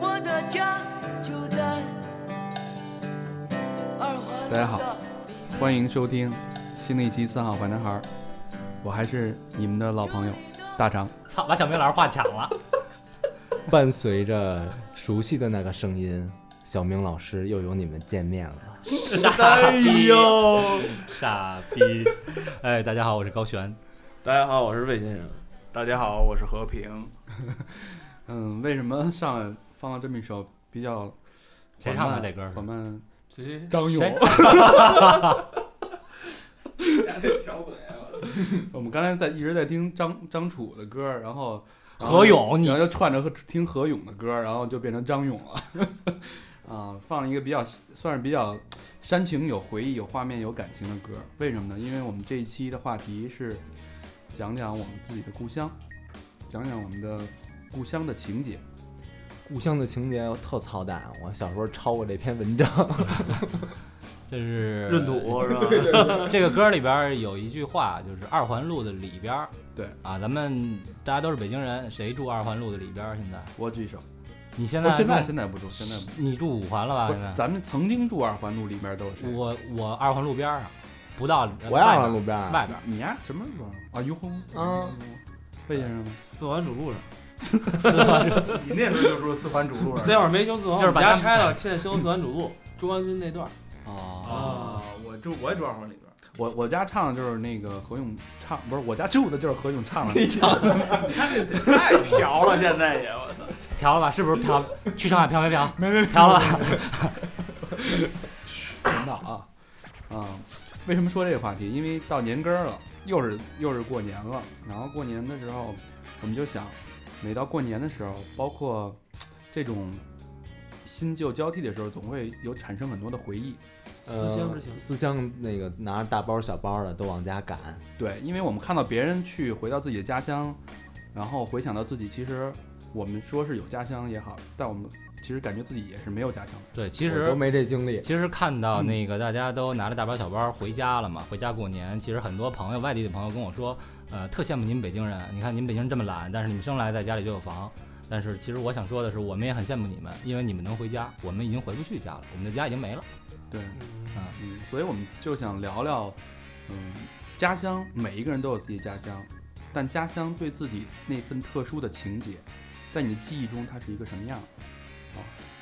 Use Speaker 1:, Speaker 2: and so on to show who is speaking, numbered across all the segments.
Speaker 1: 我的家就在二环
Speaker 2: 大家好欢迎收听新的一期《三好坏男孩儿》，我还是你们的老朋友大张。
Speaker 3: 操，把小明老师话抢了。
Speaker 4: 伴随着熟悉的那个声音，小明老师又有你们见面了。
Speaker 3: 哎呦， 傻逼！哎，大家好，我是高璇。
Speaker 5: 大家好，我是魏先生。大家好，我是和平。
Speaker 2: 嗯，为什么上来放了这么一首比较
Speaker 3: 谁
Speaker 2: 缓
Speaker 3: 唱的
Speaker 2: 慢
Speaker 3: 这歌？
Speaker 2: 缓慢，
Speaker 5: 这些
Speaker 2: 张勇
Speaker 3: 谁。
Speaker 2: 我们刚才在一直在听张张楚的歌，然后
Speaker 3: 何勇
Speaker 2: 然后就串着和听何勇的歌，然后就变成张勇了。 啊，放了一个比较算是比较煽情、有回忆、有画面、有感情的歌，为什么呢？因为我们这一期的话题是讲讲我们自己的故乡，讲讲我们的故乡的情节。
Speaker 4: 故乡的情节特操蛋，我小时候抄过这篇文 章。
Speaker 3: 这是
Speaker 5: 闰。 土是吧？
Speaker 2: 啊
Speaker 3: 这个歌里边有一句话，就是二环路的里边儿。
Speaker 2: 对
Speaker 3: 啊，咱们大家都是北京人，谁住二环路的里边儿？现在
Speaker 2: 我举手，
Speaker 3: 你现在
Speaker 2: 哦我现在
Speaker 3: 住
Speaker 2: 现在不住，现在不住
Speaker 3: 你住五环了吧？
Speaker 2: 不
Speaker 3: 现
Speaker 2: 是。
Speaker 3: 在
Speaker 2: 咱们曾经住二环路里边都有谁？啊
Speaker 3: 我我二环路边儿上，不到呃
Speaker 4: 我也二环
Speaker 3: 外
Speaker 4: 路边
Speaker 3: 边
Speaker 4: 儿，
Speaker 3: 外边儿
Speaker 2: 你呀、什么时候啊？于洪
Speaker 4: 啊，
Speaker 2: 魏先生呢？
Speaker 5: 四环主路上，
Speaker 3: 四环路。
Speaker 6: 你那时候就住四环主路上，
Speaker 5: 那会儿没修四环，
Speaker 3: 就是把
Speaker 5: 我们家
Speaker 3: 他们
Speaker 5: 拆了，现在修四环主路，中关村那 段儿。
Speaker 6: 啊，我住我也住二环里边。
Speaker 2: 我我家唱的就是那个何勇唱，不是我家住的就是何勇唱的。
Speaker 6: 你看这太嫖了，现在也我操！
Speaker 3: 嫖了吧？是不是嫖？去上海嫖没嫖？没没嫖了吧？
Speaker 2: 频道啊，啊、为什么说这个话题？因为到年根儿了，又是又是过年了。然后过年的时候，我们就想，每到过年的时候，包括这种新旧交替的时候，总会有产生很多的回忆。
Speaker 5: 嗯思乡之情
Speaker 4: 呃思乡那个拿着大包小包的都往家赶，
Speaker 2: 对，因为我们看到别人去回到自己的家乡，然后回想到自己，其实我们说是有家乡也好，但我们其实感觉自己也是没有家乡的。
Speaker 3: 对，其
Speaker 4: 我
Speaker 3: 实
Speaker 4: 都没这经历。
Speaker 3: 其实看
Speaker 2: 嗯
Speaker 3: 到那个大家都拿着大包小包回家了嘛，回家过年。其实很多朋友，外地的朋友跟我说，呃，特羡慕你们北京人。你看你们北京人这么懒，但是你们生来在家里就有房。但是其实我想说的是，我们也很羡慕你们，因为你们能回家，我们已经回不去家了，我们的家已经没了。
Speaker 2: 对，
Speaker 3: 啊
Speaker 2: 嗯，所以我们就想聊聊，嗯，家乡，每一个人都有自己的家乡，但家乡对自己那份特殊的情节，在你的记忆中它是一个什么样？啊，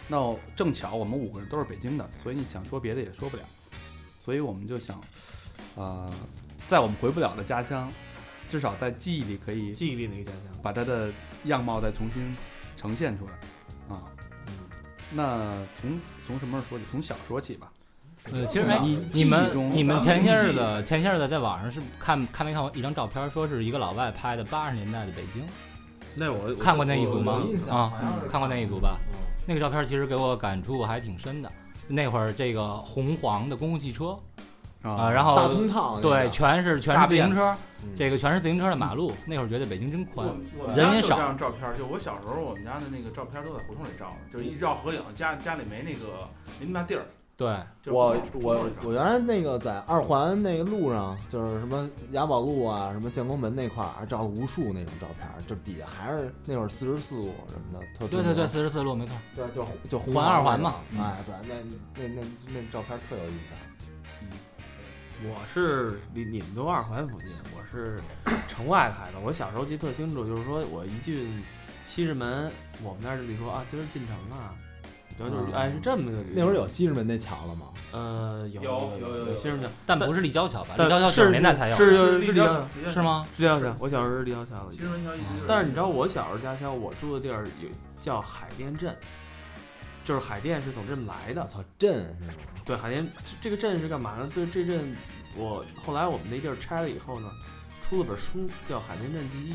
Speaker 2: 那正巧我们五个人都是北京的，所以你想说别的也说不了，所以我们就想，呃，在我们回不了的家乡，至少在记忆里可以
Speaker 6: 记忆力那个家乡，
Speaker 2: 把它的样貌再重新呈现出来，啊，
Speaker 4: 嗯
Speaker 2: 那从从什么时候说起？从小说起吧。
Speaker 3: 呃，其实
Speaker 2: 哎
Speaker 3: 哎，你
Speaker 2: 记忆中
Speaker 3: 们你们前些日
Speaker 6: 咱
Speaker 3: 子前些日子在网上是看看没看过一张照片，说是一个老外拍的八十年代的北京，
Speaker 6: 那我
Speaker 3: 看过那一组吗
Speaker 4: 有印？象
Speaker 3: 啊
Speaker 6: 好像是，
Speaker 3: 看过那一组吧。那个照片其实给我感触还挺深的。那会儿这个红黄的公共汽车啊，然
Speaker 4: 大
Speaker 3: 后
Speaker 4: 通套那个
Speaker 3: 对，全是全是
Speaker 6: 大
Speaker 3: 自
Speaker 6: 便
Speaker 3: 行车
Speaker 4: 嗯，
Speaker 3: 这个全是自行车的马路。那会儿觉得北京真宽
Speaker 6: 我，我
Speaker 3: 人
Speaker 6: 家
Speaker 3: 也
Speaker 6: 就
Speaker 3: 少
Speaker 6: 这张照片儿，就我小时候我们家的那个照片儿都在胡同里照的，就是一照合影，家家里没那个没那么大地儿。
Speaker 3: 对，
Speaker 6: 就是
Speaker 4: 我
Speaker 6: 胡同
Speaker 4: 我
Speaker 6: 里照
Speaker 4: 我原来那个在二环那个路上，就是什么雅宝路啊，什么建国门那块儿，照了无数那种照片儿，就底下还是那会儿四十四路什么的，
Speaker 3: 对
Speaker 4: 特出
Speaker 3: 对对，
Speaker 4: 名
Speaker 3: 四十四路没错。
Speaker 4: 对，就就红
Speaker 3: 环二环嘛
Speaker 5: 嗯
Speaker 4: 那种哎，对，那那那那照片特有印象。
Speaker 5: 我是你你们都二环附近，我是城外的孩子。我小时候记得特清楚，就是说我一进西直门，我们那儿就得说啊，今儿进城了，然后就是
Speaker 4: 啊
Speaker 5: 哎是这么个
Speaker 4: 那会儿有西直门那桥了吗？
Speaker 5: 呃有
Speaker 6: 有有有
Speaker 5: 有新人的，
Speaker 3: 但不是立交桥吧？
Speaker 5: 但
Speaker 3: 立交桥九
Speaker 5: 是
Speaker 3: 十年代才有，
Speaker 5: 是是
Speaker 6: 立
Speaker 5: 是
Speaker 6: 交
Speaker 5: 这
Speaker 6: 桥
Speaker 5: 样，
Speaker 6: 立交
Speaker 3: 是
Speaker 6: 桥？
Speaker 3: 吗？
Speaker 5: 是这样的
Speaker 6: 是，
Speaker 5: 我小时候是立交桥的
Speaker 6: 西，直门桥一直就是。
Speaker 5: 但是你知道我小时候家乡我住的地儿有叫海淀镇，就是海淀是从这么来的
Speaker 4: 我。操，镇是吗？
Speaker 5: 对，海淀这个镇是干嘛呢？就是这镇，我后来我们那地儿拆了以后呢，出了本书叫《海淀镇记忆》，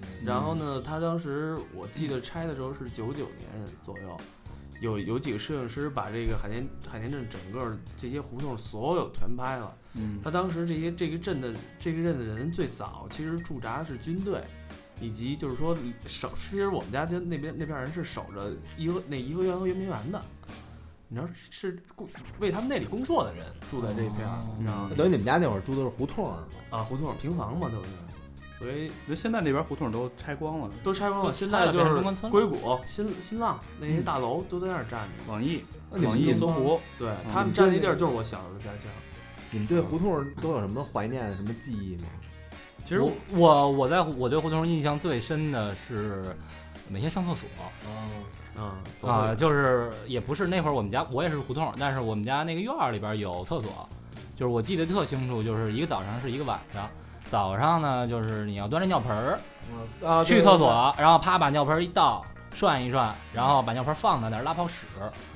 Speaker 4: 嗯
Speaker 5: 然后呢，他当时我记得拆的时候是九九年左右，有有几个摄影师把这个海淀海淀镇整个这些胡同所有全拍了。
Speaker 2: 嗯
Speaker 5: 他当时这些这个镇的这个镇的人最早其实驻扎的是军队，以及就是说守，其实我们家就那边那边人是守着颐和那颐和园和圆明园的，你知道是是雇为他们那里工作的人住在这边儿，
Speaker 3: 哦
Speaker 5: 你知道吗？
Speaker 4: 等于你们家那会儿住的是胡同儿是吗？
Speaker 5: 啊，胡同平房嘛都是，所以
Speaker 2: 我觉得现在那边胡同都拆光了，
Speaker 5: 都拆光了，
Speaker 3: 都
Speaker 5: 现
Speaker 3: 拆
Speaker 5: 在
Speaker 3: 了
Speaker 5: 就
Speaker 3: 变成
Speaker 5: 是
Speaker 3: 中关村了
Speaker 5: 硅谷、新新浪那些大楼都在那儿站着。
Speaker 2: 网易、
Speaker 4: 那你们
Speaker 2: 网易、
Speaker 4: 对
Speaker 2: 搜狐，
Speaker 5: 对
Speaker 2: 嗯
Speaker 5: 他们
Speaker 4: 对
Speaker 5: 站那
Speaker 4: 那
Speaker 5: 地儿
Speaker 4: 个
Speaker 5: 就是我小时候的家乡。
Speaker 4: 你们对胡同儿都有什么怀念、什么记忆吗？
Speaker 2: 其实
Speaker 3: 我我我在我对胡同印象最深的是每天上厕所。
Speaker 5: 嗯，走
Speaker 3: 啊、
Speaker 5: 路
Speaker 3: 就是也不是那会儿我们家我也是胡同，但是我们家那个院儿里边有厕所，就是我记得特清楚，就是一个早上是一个晚上。早上呢，就是你要端着尿盆儿
Speaker 4: 啊，
Speaker 3: 去厕所，然后啪把尿盆儿一倒，涮一涮，然后把尿盆儿放在那儿拉泡屎，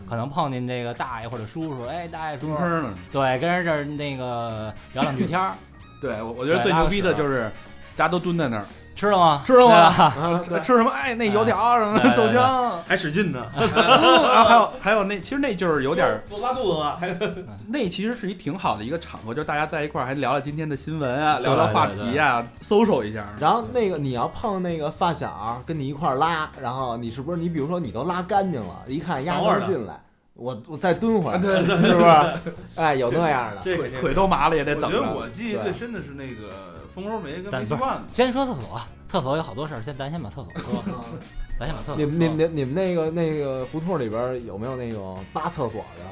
Speaker 3: 可能碰见这个大爷或者叔叔，哎，大爷叔
Speaker 2: 中
Speaker 3: 叔，
Speaker 2: 坑呢。
Speaker 3: 对，跟人这儿那个聊两句天儿，
Speaker 2: 对，我我觉得最牛逼的就是大家都蹲在那儿，
Speaker 3: 吃了吗？
Speaker 2: 吃了吗
Speaker 3: 对吧？
Speaker 4: 啊，对，
Speaker 2: 吃什么？哎，那油条啊什么
Speaker 3: 对对
Speaker 2: 的豆
Speaker 3: 对
Speaker 2: 浆，
Speaker 5: 还使劲呢，
Speaker 2: 然后还有还有那其实那就是有点儿嗯
Speaker 5: 我拉肚子了，还
Speaker 2: 那其实是一挺好的一个场合，就是大家在一块儿还聊聊今天的新闻啊，
Speaker 3: 对
Speaker 2: 聊聊话题啊，social 一下。
Speaker 4: 然后那个你要碰那个发小跟你一块儿拉，然后你是不是你比如说你都拉干净了，一看丫
Speaker 5: 等会儿
Speaker 4: 头
Speaker 5: 呢
Speaker 4: 进来，我我再蹲会儿，是不是？哎，有那样的，
Speaker 5: 这
Speaker 2: 腿
Speaker 5: 个
Speaker 2: 腿都麻了也得
Speaker 6: 我觉
Speaker 2: 等
Speaker 6: 得
Speaker 2: 着。
Speaker 6: 我记忆最深的是那个蜂窝煤跟煤
Speaker 3: 但
Speaker 6: 气罐子，
Speaker 3: 先说厕所，厕所有好多事儿，先咱先把厕所说，咱先把厕所
Speaker 4: 嗯你
Speaker 3: 说。
Speaker 4: 们、你们、你们、你们那个那个胡同里边儿有没有那种扒厕所的？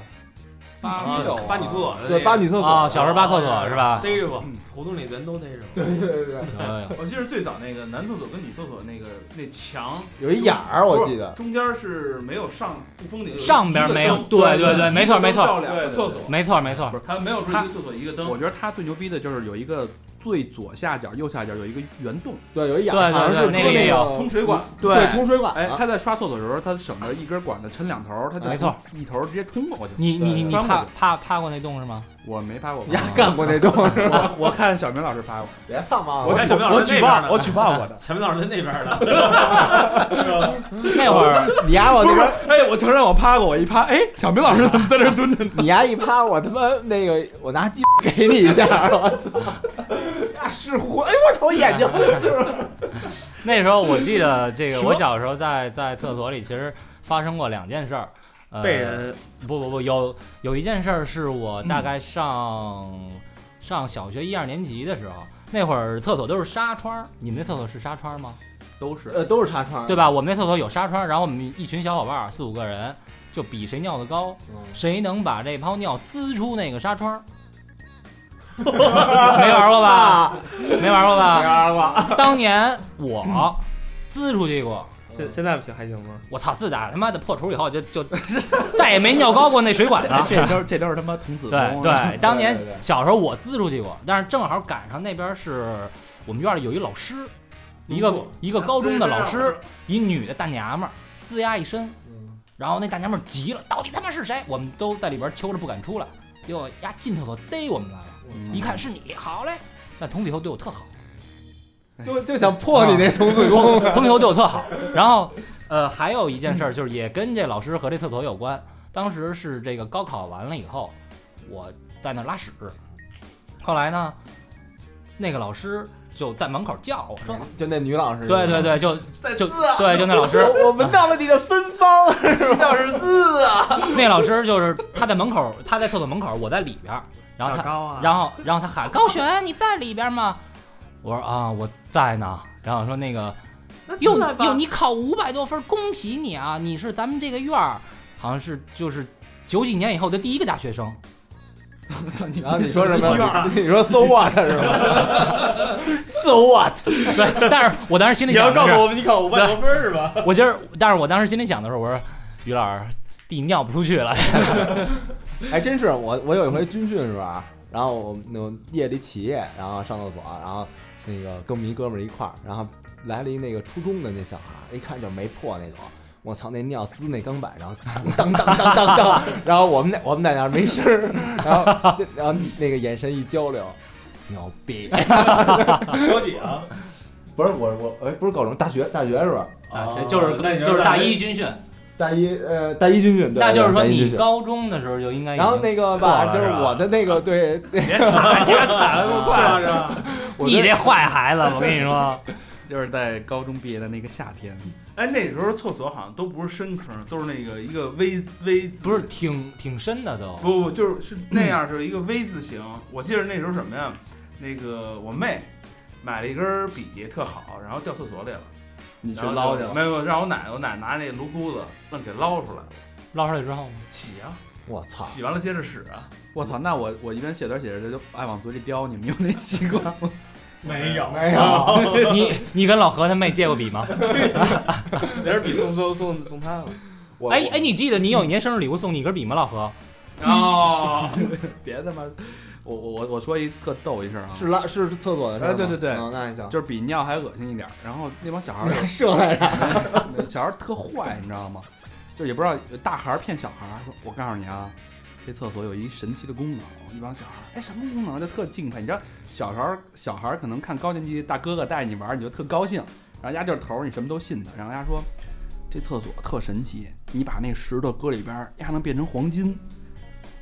Speaker 6: 八
Speaker 5: 啊
Speaker 6: 有
Speaker 5: 扒女厕所的那
Speaker 4: 对，
Speaker 7: 哎
Speaker 5: 个
Speaker 4: 扒女厕所
Speaker 3: 啊小时候扒厕所是吧
Speaker 5: 哦逮着过，胡同里人都逮着过。
Speaker 4: 对对对，
Speaker 3: 哎呦
Speaker 6: 嗯我记得最早那个男厕所跟女厕所那个那墙，
Speaker 4: 有一眼儿，我记
Speaker 6: 不
Speaker 4: 得
Speaker 6: 是中间是没有上不封顶，有一
Speaker 3: 啊上边没有
Speaker 6: 一个灯
Speaker 3: 对对对
Speaker 6: 一个
Speaker 3: 没错
Speaker 6: 灯
Speaker 3: 没错
Speaker 6: 照两个厕所，
Speaker 3: 没错没错，
Speaker 6: 它没有说一个厕所一个灯
Speaker 2: 我，觉得他最牛逼的就是有一个最左下角、右下角有一个圆洞，
Speaker 4: 对，有一眼儿，
Speaker 3: 对对
Speaker 4: 好像是
Speaker 3: 对那个
Speaker 4: 搁
Speaker 3: 也有
Speaker 4: 个
Speaker 6: 通水管，
Speaker 4: 对，通水管
Speaker 2: 哎，
Speaker 4: 啊，
Speaker 2: 他在刷厕所的时候，他省着一根管子抻两头儿，他就
Speaker 3: 没错，
Speaker 2: 一头儿直接冲过去。
Speaker 3: 你你
Speaker 4: 对
Speaker 3: 你
Speaker 2: 翻过
Speaker 3: 趴
Speaker 2: 去
Speaker 3: 趴趴过那洞是吗？
Speaker 2: 我没拍过吧，
Speaker 4: 丫干过 那东西，
Speaker 2: 我我看小明老师拍过，
Speaker 4: 别放忘
Speaker 5: 我
Speaker 4: 了，
Speaker 5: 看小明老
Speaker 2: 我
Speaker 5: 师
Speaker 2: 举
Speaker 5: 那边儿
Speaker 2: 报
Speaker 5: 呢
Speaker 2: 我举报过的。
Speaker 5: 前面老师在那边 的，
Speaker 3: 那会儿
Speaker 4: 你丫我
Speaker 2: 不
Speaker 4: 那
Speaker 2: 是不是
Speaker 4: 边，
Speaker 2: 哎，我承认我趴过，我一趴，哎，小明老师怎么在这儿蹲着呢？
Speaker 4: 你丫一趴，我他妈那个，我拿鸡巴给你一下，我操！ 啊，是活！哎，我操，眼睛！
Speaker 3: 那时候我记得这个，我小时候在在厕所里其实发生过两件事儿，呃，
Speaker 5: 被人
Speaker 3: 不不不有有一件事儿是我大概上、上小学一二年级的时候，那会儿厕所都是纱窗儿，你们那厕所是纱窗儿吗？
Speaker 2: 都是
Speaker 4: 呃，都是插窗，
Speaker 3: 对？吧？我们那厕所有纱窗儿，然后我们一群小伙伴儿四五个人就比谁尿的高，谁能把这泡尿滋出那个纱窗儿。没玩过吧？啊没玩过吧？
Speaker 4: 没玩过，
Speaker 3: 当年我滋出去过，
Speaker 5: 现现在不行还行吗？
Speaker 3: 我操！自打他妈的破除以后，就就再也没尿高过那水管
Speaker 2: 这
Speaker 3: 了。
Speaker 2: 这都是这都是他妈童子
Speaker 3: 对
Speaker 2: 功。
Speaker 3: 对，当年
Speaker 4: 对对对
Speaker 3: 小时候我滋出去过，但是正好赶上那边是我们院里有一老师，一个一个高中的老师，一女的大娘们儿，龇牙一身，
Speaker 4: 嗯
Speaker 3: 然后那大娘们儿急了，到底他妈是谁？我们都在里边揪着不敢出来，结果丫进厕所逮我们来了，
Speaker 4: 嗯
Speaker 3: 一看是你，好嘞。那从此以后对我特好，
Speaker 4: 就就想破你那童 子功。
Speaker 3: 从此以后对我特好。然后，呃，还有一件事儿就是也跟这老师和这厕所有关。当时是这个高考完了以后，我在那儿拉屎，后来呢，那个老师就在门口叫我说。
Speaker 4: 就那女老师，
Speaker 3: 对对对，就就
Speaker 5: 啊
Speaker 3: 对，就 那老师，
Speaker 4: 我我闻到了你的芬芳，是字啊！
Speaker 3: 那老师就是他在门口，他在厕所门口，我在里边儿，然后他
Speaker 5: 小高啊，
Speaker 3: 然后然后他喊高璇，你在里边吗？我说啊，我在呢。然后说那个，哟哟，你考五百多分，恭喜你啊！你是咱们这个院儿，好像是就是九几年以后的第一个大学生。
Speaker 4: 然后你说什么？你说 so what 是吗 ？so what？
Speaker 3: 对， 但是我当时心里
Speaker 5: 你
Speaker 3: 想
Speaker 5: 要
Speaker 3: 的
Speaker 5: 告
Speaker 3: 是
Speaker 5: 诉，我们你考五百多分是吧？
Speaker 3: 我今儿，但是我当时心里想的时候，我说于老师，地尿不出去了。
Speaker 4: 还哎真是我，我有一回军训的时候啊，然后我们那种夜里起夜，然后上厕所，然后那个跟我们一哥们儿一块儿，然后来了一那个初中的那小孩儿，一看就是没破那种。我操，那尿滋那钢板，然后当当当当当，然后我们那我们在那儿没声儿，然后就然后那个眼神一交流，牛逼！
Speaker 7: 高几 啊？
Speaker 4: 不是我我哎不是高中大学大学是吧？
Speaker 3: 大
Speaker 7: 哦
Speaker 3: 学啊
Speaker 5: 啊
Speaker 3: 就是
Speaker 7: 那你
Speaker 3: 就是
Speaker 7: 是
Speaker 3: 大一军训，
Speaker 4: 大一呃大一军训，对
Speaker 3: 那就是说
Speaker 4: 大一军
Speaker 3: 你
Speaker 4: 训
Speaker 3: 高中的时候就应该已经。
Speaker 4: 然后那个吧，就是我的那个对，
Speaker 7: 别查，别查 了，够快了是吧？
Speaker 4: 啊我
Speaker 3: 你
Speaker 4: 的
Speaker 3: 这坏孩子，我跟你说，
Speaker 2: 就是在高中毕业的那个夏天，
Speaker 6: 哎，那时候厕所好像都不是深坑，都是那个一个 V V 字，
Speaker 3: 不是挺挺深的都。
Speaker 6: 不不就是是
Speaker 7: 嗯
Speaker 6: 那样，就是一个 V 字形。我记得那时候什么呀？那个我妹买了一根笔特好，然后掉厕所里了，
Speaker 2: 你
Speaker 6: 然后就没有，没有让我奶，我奶拿那芦钩子愣给捞出来了，
Speaker 3: 捞出来之后呢，
Speaker 6: 洗啊，
Speaker 4: 我操，
Speaker 6: 洗完了接着使啊。
Speaker 2: 我操，那我我一般写字儿写着就爱往嘴里叼，你们有这习惯吗？
Speaker 7: 没有，
Speaker 4: 没有，
Speaker 3: 你你跟老何他妹借过笔吗？
Speaker 5: 那根笔送送送送他了，
Speaker 4: 我
Speaker 3: 哎哎，你记得你有一年生日礼物送你一根笔吗？老何，
Speaker 6: 哦，
Speaker 2: 别他妈，我我我我说一特逗一事儿啊，
Speaker 4: 是拉是厕所的事儿吗
Speaker 2: 哎对对对
Speaker 4: 嗯那还行，
Speaker 2: 就是比尿还恶心一点儿。然后那帮小孩 儿
Speaker 4: 你还射来着，
Speaker 2: 小孩儿 特坏，你知道吗？就也不知道大孩儿骗小孩儿，说我告诉你啊，这厕所有一神奇的功能。一帮小孩儿，哎，什么功能啊？就特敬佩。你知道，小孩儿小孩儿可能看高年级大哥哥带你玩儿，你就特高兴，然后丫就是头儿，你什么都信他。然后丫说，这厕所特神奇，你把那石头搁里边儿，丫能变成黄金。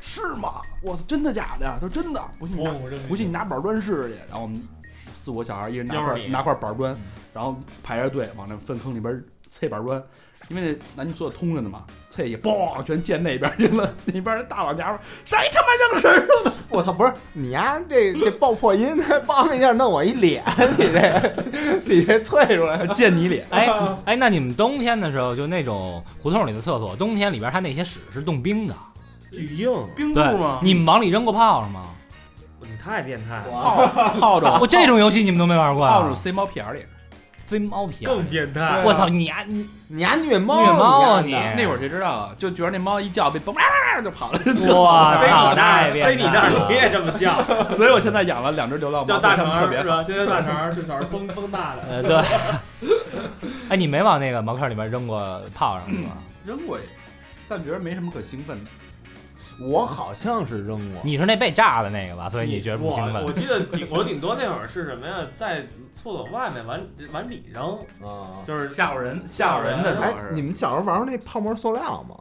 Speaker 2: 是吗？我真的假的呀？他说真的，不信你拿
Speaker 7: 哦我认
Speaker 2: 不信你拿板砖试试去。然后我们四五个小孩儿一人拿
Speaker 7: 要是
Speaker 2: 块
Speaker 7: 你嗯
Speaker 2: 拿块板砖，然后排着队往那粪坑里边啐板砖，因为那男女厕所通着呢嘛，啐一嘣全溅那边去了。那边人大老娘们儿，谁他妈扔石头？
Speaker 4: 我操，不是你呀，这这爆破音， 梆一下弄我一脸，你这 你这啐出来，
Speaker 2: 啊溅你脸！
Speaker 3: 哎哎，那你们冬天的时候就那种胡同里的厕所，冬天里边它那些屎是冻冰的，
Speaker 5: 巨硬，
Speaker 6: 冰
Speaker 3: 对
Speaker 6: 柱吗？
Speaker 3: 你们往里扔过炮是吗？
Speaker 7: 你太变态了，
Speaker 2: 耗耗着
Speaker 3: 我这种游戏你们都没玩过
Speaker 2: 耗
Speaker 3: 啊
Speaker 2: 着？塞猫屁眼里。
Speaker 3: 飞猫皮啊，
Speaker 7: 更变态。
Speaker 3: 我操你啊你！
Speaker 4: 你丫虐猫
Speaker 3: 虐猫啊
Speaker 4: 你丫的！
Speaker 2: 那会儿谁知道啊？就觉得那猫一叫，被嘣啦就 跑了。
Speaker 3: 我
Speaker 7: 塞你
Speaker 3: 操，
Speaker 7: 那
Speaker 3: 太
Speaker 7: 儿，塞
Speaker 3: 变
Speaker 7: 你
Speaker 3: 态
Speaker 7: 那儿，你
Speaker 3: 了！
Speaker 7: 也这么叫，
Speaker 2: 所以我现在养了两只流浪 猫，
Speaker 7: 叫大
Speaker 2: 对它们
Speaker 7: 肠
Speaker 2: 特
Speaker 7: 是
Speaker 2: 别好。
Speaker 7: 吧？现在大肠就小时候崩崩大 的，
Speaker 3: 呃，对。哎，你没往那个茅坑里边扔过炮上吗？
Speaker 2: 扔过也，但觉得没什么可兴奋的。
Speaker 4: 我好像是扔过，
Speaker 3: 你是那被炸的那个吧？所以你觉得不兴
Speaker 7: 我我
Speaker 3: 奋？
Speaker 7: 记得顶我顶多那会儿是什么呀，在厕所外面往往里扔，
Speaker 4: 啊，
Speaker 7: 就是
Speaker 6: 吓唬人，吓唬人的主
Speaker 4: 哎
Speaker 6: 要，
Speaker 4: 你
Speaker 6: 是。
Speaker 4: 们小时候玩过那泡沫塑料吗？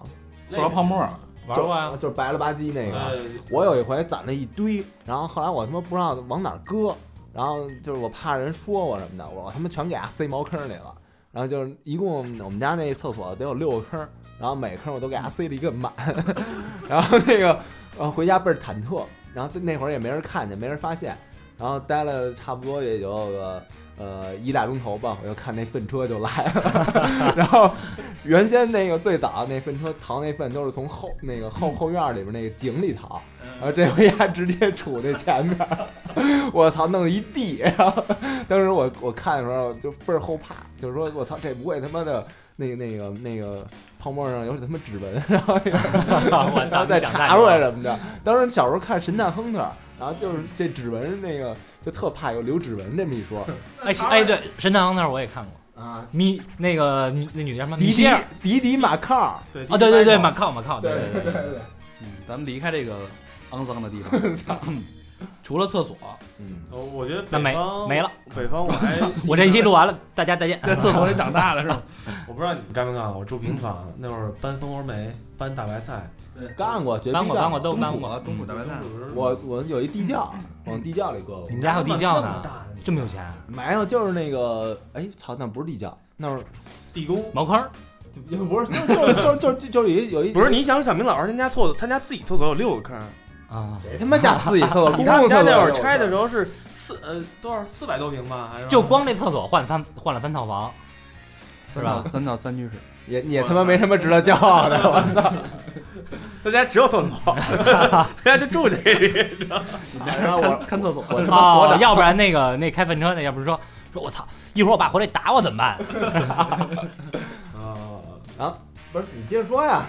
Speaker 7: 那
Speaker 2: 塑料
Speaker 7: 个
Speaker 2: 泡沫儿，
Speaker 3: 玩过啊呀
Speaker 4: 就，就是白了吧唧那个。
Speaker 7: 呃，
Speaker 4: 我有一回攒了一堆，然后后来我他妈不知道往哪儿搁，然后就是我怕人说我什么的，我他妈全给它塞茅坑里了。然后就是一共我们家那厕所得有六个坑，然后每坑我都给它塞了一个满， 然后那个呃回家倍儿忐忑，然后那会儿也没人看见，没人发现，然后待了差不多也就个呃一俩钟头吧，我就看那粪车就来了， 然后原先那个最早那粪车淘那粪都是从后那个后后院里边那个井里淘，然后这回丫直接杵那前面儿，我操，弄了一地。然后当时我我看的时候就倍儿后怕，就是说我操，这不会他妈的那个那个那个泡沫上有他妈指纹，然后那个
Speaker 3: 我
Speaker 4: 然
Speaker 3: 操，
Speaker 4: 后再
Speaker 3: 你想
Speaker 4: 查
Speaker 3: 干
Speaker 4: 出来
Speaker 3: 什么
Speaker 4: 什么的。当时小时候看《神探亨特》，然后就是这指纹那个就特怕有留指纹这么一说
Speaker 3: 哎是哎，对，神探亨特我也看过，
Speaker 4: 啊。
Speaker 3: 米那个女那女的叫什么？
Speaker 4: 迪
Speaker 3: 米
Speaker 4: 迪
Speaker 3: 歇尔
Speaker 4: 迪迪马靠，
Speaker 7: 对
Speaker 3: 哦，对对对，马靠马靠，对对对对。
Speaker 2: 嗯，咱们离开这个肮脏的地 方。除了厕所，
Speaker 4: 嗯，
Speaker 7: 我我觉得
Speaker 3: 那没
Speaker 7: 北方
Speaker 3: 没了，
Speaker 7: 北方 我还
Speaker 3: 我这期录完了，大家再见。
Speaker 2: 在厕所里长大了是吗？
Speaker 7: 我不知道你们干没干，我住平房，那会儿搬蜂窝煤，搬大白菜，嗯
Speaker 4: 干过，绝逼
Speaker 3: 搬过搬
Speaker 4: 干
Speaker 3: 过都搬
Speaker 2: 东
Speaker 3: 过，
Speaker 2: 啊，东楚大白菜。
Speaker 4: 嗯我我有一地窖，往地窖里搁过
Speaker 3: 你。们家还有地窖
Speaker 7: 那么
Speaker 3: 呢？
Speaker 7: 大的
Speaker 3: 这么有钱？啊
Speaker 4: 没有，就是那个，哎，操，那不是地窖，那是
Speaker 7: 地宫。
Speaker 3: 茅坑儿？
Speaker 4: 也不是，就是就是就是就是就是有一有一
Speaker 5: 不是你想小明老师他家厕所，他家自己厕所有六个坑，
Speaker 3: 啊，
Speaker 4: 谁他妈家自己厕所，
Speaker 5: 你
Speaker 4: 公
Speaker 5: 他
Speaker 4: 共
Speaker 5: 们
Speaker 4: 厕
Speaker 5: 家
Speaker 4: 所
Speaker 5: 那会儿
Speaker 4: 有
Speaker 5: 拆的时候是四呃多少四百多平吧，还是
Speaker 3: 就光这厕所换三换了三套房，是吧？
Speaker 2: 三到三居 室，
Speaker 4: 也也他妈没什么值得骄傲的，我操！
Speaker 5: 他家只有厕所，他家就住这里。
Speaker 4: 然后 我
Speaker 2: 看厕所。
Speaker 4: 我他妈所
Speaker 3: 哦，
Speaker 4: 长，
Speaker 3: 要不然那个那开粪车那，要不是说说我操，一会儿我爸回来打我怎么办？
Speaker 7: 啊，
Speaker 4: 不是你接着说呀，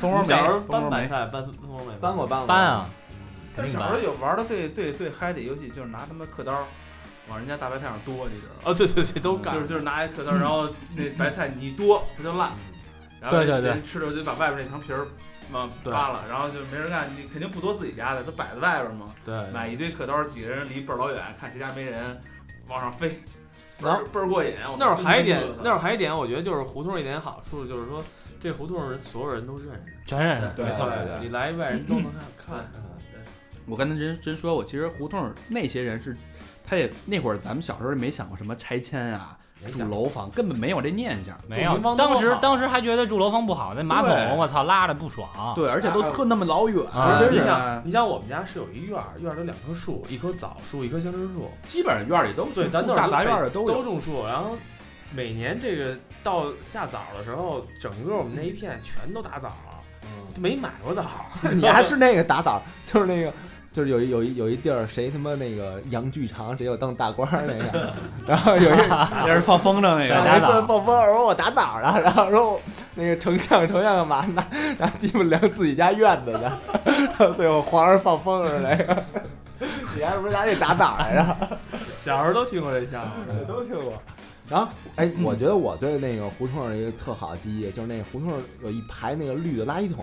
Speaker 3: 蜂窝
Speaker 7: 我
Speaker 3: 煤，
Speaker 7: 小时候
Speaker 3: 蜂
Speaker 7: 搬
Speaker 3: 窝
Speaker 7: 白
Speaker 3: 煤，
Speaker 7: 菜，搬蜂窝煤，
Speaker 4: 搬过搬过
Speaker 3: 搬，啊，肯
Speaker 6: 但是
Speaker 3: 定
Speaker 6: 小时候
Speaker 3: 搬。
Speaker 6: 有玩的最最最嗨的游戏，就是拿他们刻刀往人家大白菜上剁，你知道吗？
Speaker 7: 哦，对对对，都干
Speaker 6: 嗯就是就是拿一刻刀，然后那白菜你一剁它就烂，然后
Speaker 3: 对对对
Speaker 6: 人吃了就把外边那层皮儿往
Speaker 5: 对
Speaker 6: 扒了，然后就没人干，你肯定不剁自己家的，都摆在外边嘛。
Speaker 5: 对，
Speaker 6: 买一堆刻刀，几个人离倍儿老远，看谁家没人，往上飞，倍
Speaker 4: 然后
Speaker 6: 儿倍儿过瘾。我
Speaker 5: 那会儿还有一点
Speaker 6: 真的，
Speaker 5: 那会儿还有一点，我觉得就是胡同一点好处就是说，这胡同人所有人都认识，
Speaker 3: 全认识。
Speaker 4: 对对对嗯
Speaker 5: 你来一外人都能看看。
Speaker 2: 我刚才真真说，我其实胡同儿那些人是，他也那会儿咱们小时候也没想过什么拆迁啊，
Speaker 5: 嗯
Speaker 4: 嗯
Speaker 2: 住楼房根本没有这念想。
Speaker 3: 没有
Speaker 5: 住平，房多
Speaker 3: 当时
Speaker 5: 好
Speaker 3: 当时还觉得住楼房不好，那马
Speaker 2: 对
Speaker 3: 桶我操拉着不爽。
Speaker 2: 对，而且都
Speaker 4: 啊
Speaker 2: 特那么老远，
Speaker 3: 啊
Speaker 2: 真
Speaker 5: 你
Speaker 2: 是
Speaker 5: 想，你想我们家是有一院儿，院儿里有两棵树，一棵枣树，一棵香椿树，
Speaker 2: 基本上院儿里都
Speaker 5: 对，咱
Speaker 2: 住
Speaker 5: 那
Speaker 2: 大
Speaker 5: 儿
Speaker 2: 杂院儿里
Speaker 5: 都
Speaker 2: 都
Speaker 5: 都
Speaker 2: 有。
Speaker 5: 种树，然后每年这个到下枣的时候，整个我们那一片全都打枣，就没买 过枣，
Speaker 4: 对，你还是那个打倒，就是那个。就是有一有一有一地儿，谁他妈那个洋剧场，谁有当大官儿那个，然后有一
Speaker 3: 也是放风筝那
Speaker 4: 然后
Speaker 3: 啊打
Speaker 4: 一棍
Speaker 3: 倒。
Speaker 4: 放风，我说我打哪儿了？然后说我那个丞相，丞相干嘛呢？拿拿鸡巴量自己家院子呢？然后最后皇上放风筝那个，你还是不是拿这打哪儿来着？
Speaker 5: 小时候都听过这笑话。
Speaker 4: 我都听过。然后，哎，我觉得我对那个胡同儿有一个特好的记忆，就是那个胡同儿有一排那个绿的垃圾桶，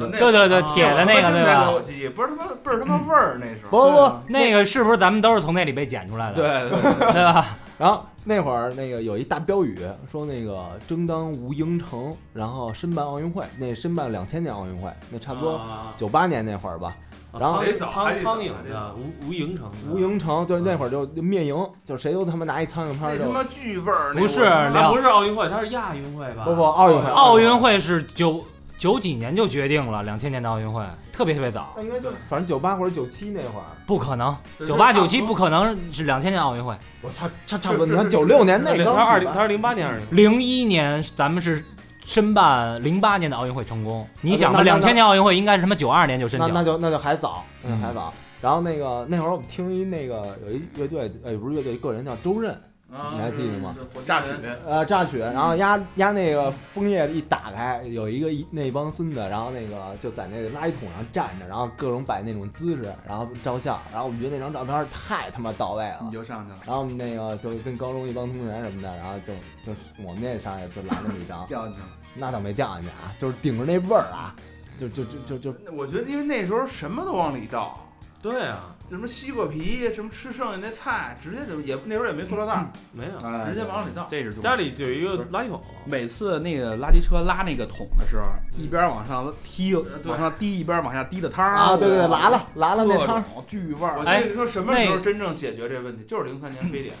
Speaker 6: 那
Speaker 3: 对对对，
Speaker 5: 啊
Speaker 3: 铁的那个对吧？
Speaker 6: 手机不是他妈倍儿他妈味儿那时候。
Speaker 4: 不不不，
Speaker 3: 那个是不是咱们都是从那里被捡出来的？
Speaker 2: 对对
Speaker 3: 对吧？
Speaker 4: 然后那会儿那个有一大标语说那个争当吴英城，然后申办奥运会，那申办两千年奥运会，那差不多
Speaker 6: 啊
Speaker 4: 九八年那会儿吧。然后
Speaker 6: 得
Speaker 5: 苍
Speaker 6: 早还
Speaker 5: 苍
Speaker 6: 得
Speaker 5: 苍
Speaker 6: 早还
Speaker 5: 蝇的
Speaker 6: 得早
Speaker 5: 无无蝇城的，
Speaker 4: 无营城，就是那会儿就就灭营，就是谁都他妈拿一苍蝇拍
Speaker 6: 那
Speaker 4: 儿
Speaker 6: 他
Speaker 4: 就
Speaker 6: 妈巨味儿，那
Speaker 3: 不是
Speaker 6: 我
Speaker 5: 它
Speaker 3: 两
Speaker 5: 不是奥运会，它是亚运会吧？
Speaker 4: 不不奥运会
Speaker 3: 奥运会是九九几年就决定了，两千年的奥运会特别特别早
Speaker 4: 那，应该就反正九八或者九七那会儿，
Speaker 3: 不可能，
Speaker 6: 对
Speaker 3: 九八九七不可能是两千年奥运会，
Speaker 4: 我差差差不多，
Speaker 6: 是
Speaker 4: 你看
Speaker 6: 是
Speaker 4: 九六年那
Speaker 5: 它
Speaker 4: 刚
Speaker 5: 是二零，
Speaker 4: 举
Speaker 5: 它
Speaker 4: 办
Speaker 5: 是零八年二零。
Speaker 3: 零一年咱们是申办零八年的奥运会成功，你想吧，
Speaker 4: 那那
Speaker 3: 两
Speaker 4: 那
Speaker 3: 千年奥运会应该是什么九二年就申
Speaker 4: 那
Speaker 3: 请
Speaker 4: 那，就那就还早，那就
Speaker 3: 嗯
Speaker 4: 还早。然后那个那会儿我们听一那个有一乐队，呃不是乐队，一个人叫周润，
Speaker 6: 啊
Speaker 4: 你还记得吗？
Speaker 6: 是是是
Speaker 2: 榨
Speaker 6: 炸
Speaker 2: 取
Speaker 6: 取
Speaker 4: 呃榨取，然后压压那个枫叶一打开，有一个一那帮孙子，然后那个就在那个垃圾桶上站着，然后各种摆那种姿势，然后照相，然后我们觉得那张照片儿太他妈到位了
Speaker 2: 你。就上去了。
Speaker 4: 然后我们那个就跟高中一帮同学什么的，然后就就我们那上也就来那么一张，
Speaker 8: 掉进去了。
Speaker 4: 那倒没掉进去啊，就是顶着那味儿啊，就就就就就
Speaker 6: 我觉得因为那时候什么都往里倒，
Speaker 5: 对啊，
Speaker 6: 什么西瓜皮，什么吃剩下那菜，直接就也那时候也没塑料袋，
Speaker 5: 嗯没有，
Speaker 8: 哎
Speaker 6: 直接往里倒。
Speaker 2: 这是重
Speaker 5: 家
Speaker 2: 要
Speaker 5: 里就有一个垃圾桶，
Speaker 2: 每次那个垃圾车拉那个桶的时候，一边往上踢，
Speaker 6: 对
Speaker 2: 往上滴，一边往下滴的汤儿
Speaker 4: 啊，对对对，
Speaker 2: 哇
Speaker 4: 拉了拉了那
Speaker 2: 各
Speaker 4: 汤
Speaker 2: 种
Speaker 4: 儿，
Speaker 2: 巨味
Speaker 6: 我
Speaker 2: 儿。
Speaker 6: 跟你说，什么时候真正解决这问题？就是零三年非典，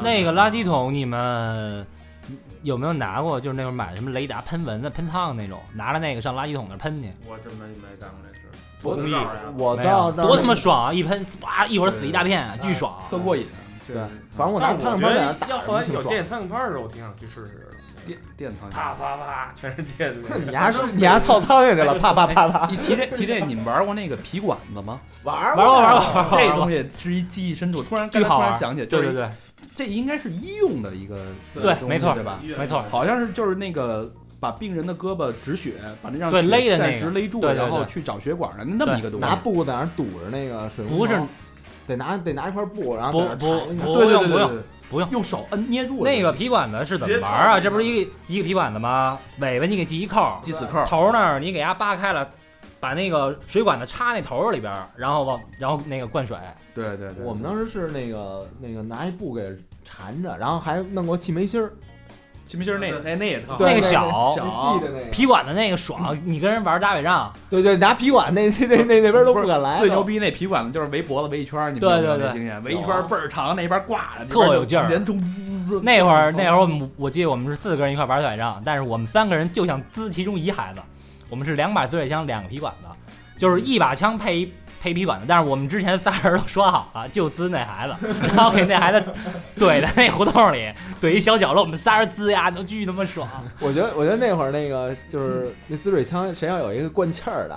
Speaker 3: 那个垃
Speaker 6: 啊
Speaker 3: 圾桶你们。有没有拿过？就是那会儿买的什么雷达喷蚊子、喷烫那种，拿着那个上垃圾桶那儿喷去，
Speaker 6: 我真没没干过这事。
Speaker 4: 我
Speaker 6: 同意
Speaker 4: 我
Speaker 3: 没有
Speaker 4: 到
Speaker 3: 多他妈爽啊！一喷，哇，一会儿死一大片，巨爽。啊
Speaker 2: 特过瘾，
Speaker 4: 对，反正我拿
Speaker 5: 但是我
Speaker 4: 汤
Speaker 5: 觉
Speaker 4: 圆在
Speaker 5: 得
Speaker 4: 那
Speaker 5: 要后
Speaker 4: 打
Speaker 5: 来
Speaker 4: 着挺
Speaker 5: 有
Speaker 4: 爽。
Speaker 5: 电苍蝇拍儿的时候，我挺想去试试的。
Speaker 2: 电电苍
Speaker 5: 啪
Speaker 2: 蝇。
Speaker 5: 啪啪，全是电的。
Speaker 4: 你还是你还操苍蝇去
Speaker 3: 哎
Speaker 4: 了，啪啪啪啪，
Speaker 2: 一提这提这，你们玩过那个皮管子吗？
Speaker 4: 玩儿
Speaker 3: 玩过玩
Speaker 4: 过，
Speaker 3: 过玩过，
Speaker 2: 这东西是一记忆深处，突然
Speaker 3: 巨
Speaker 2: 刚才
Speaker 3: 好
Speaker 2: 突
Speaker 3: 玩
Speaker 2: 然想起，
Speaker 3: 对
Speaker 2: 就是
Speaker 3: 对对
Speaker 2: 这应该是医用的一个
Speaker 3: 对
Speaker 2: 东西
Speaker 3: 没错
Speaker 2: 对吧？
Speaker 3: 没错
Speaker 2: 好像是就是那个把病人的胳膊止血，把那让
Speaker 3: 对
Speaker 2: 血
Speaker 3: 勒的那
Speaker 2: 暂时
Speaker 3: 个
Speaker 2: 勒住，
Speaker 3: 对对对
Speaker 2: 然后去找血管的那么一个东西。
Speaker 4: 拿布在那儿堵着那个水龙头，
Speaker 3: 不是
Speaker 4: 得拿得拿一块布，然后
Speaker 3: 不
Speaker 4: 在那儿缠
Speaker 3: 不
Speaker 4: 一下
Speaker 3: 不
Speaker 2: 对对
Speaker 3: 用
Speaker 2: 对
Speaker 3: 不
Speaker 2: 对
Speaker 3: 用，
Speaker 2: 对，
Speaker 3: 不用
Speaker 2: 用手摁捏住
Speaker 3: 那个皮管子是怎么玩啊？这不是一个一个皮管子吗？尾巴你给系一扣，
Speaker 2: 鸡死扣，
Speaker 3: 头那儿你给它扒开了，把那个水管子插那头里边儿，然后往然后那个灌水。
Speaker 2: 对对对，
Speaker 4: 我们当时是那个那个拿一布给缠着，然后还弄过气门芯儿，
Speaker 2: 其实就是那那那也特
Speaker 4: 对
Speaker 3: 那个
Speaker 4: 小
Speaker 3: 小
Speaker 4: 细的那个，
Speaker 3: 皮管子那个爽，你跟人玩打雪仗，
Speaker 4: 对对，拿皮管那那那那那边都不敢来，
Speaker 2: 最牛逼那皮管子就是围脖子围一圈儿，你们
Speaker 3: 对
Speaker 2: 有没有
Speaker 3: 对对
Speaker 2: 这经验？围一
Speaker 4: 有
Speaker 2: 圈儿倍儿长，那边儿挂着，那
Speaker 3: 特
Speaker 2: 边儿
Speaker 3: 有
Speaker 2: 就
Speaker 3: 劲儿
Speaker 2: 连中滋滋。
Speaker 3: 那会儿那会儿我们我记得我们是四个人一块玩打雪仗，但是我们三个人就想滋其中一孩子，我们是两把滋水枪，两个皮管子，就是一把枪配 一配皮管子。但是我们之前仨人都说好了， 就滋那孩子，然后给那孩子怼在那胡同里，怼一小角落，我们仨人滋呀，都巨他妈爽。
Speaker 4: 我觉得，我觉得那会儿那个就是那滋水枪，谁要有一个灌气儿的，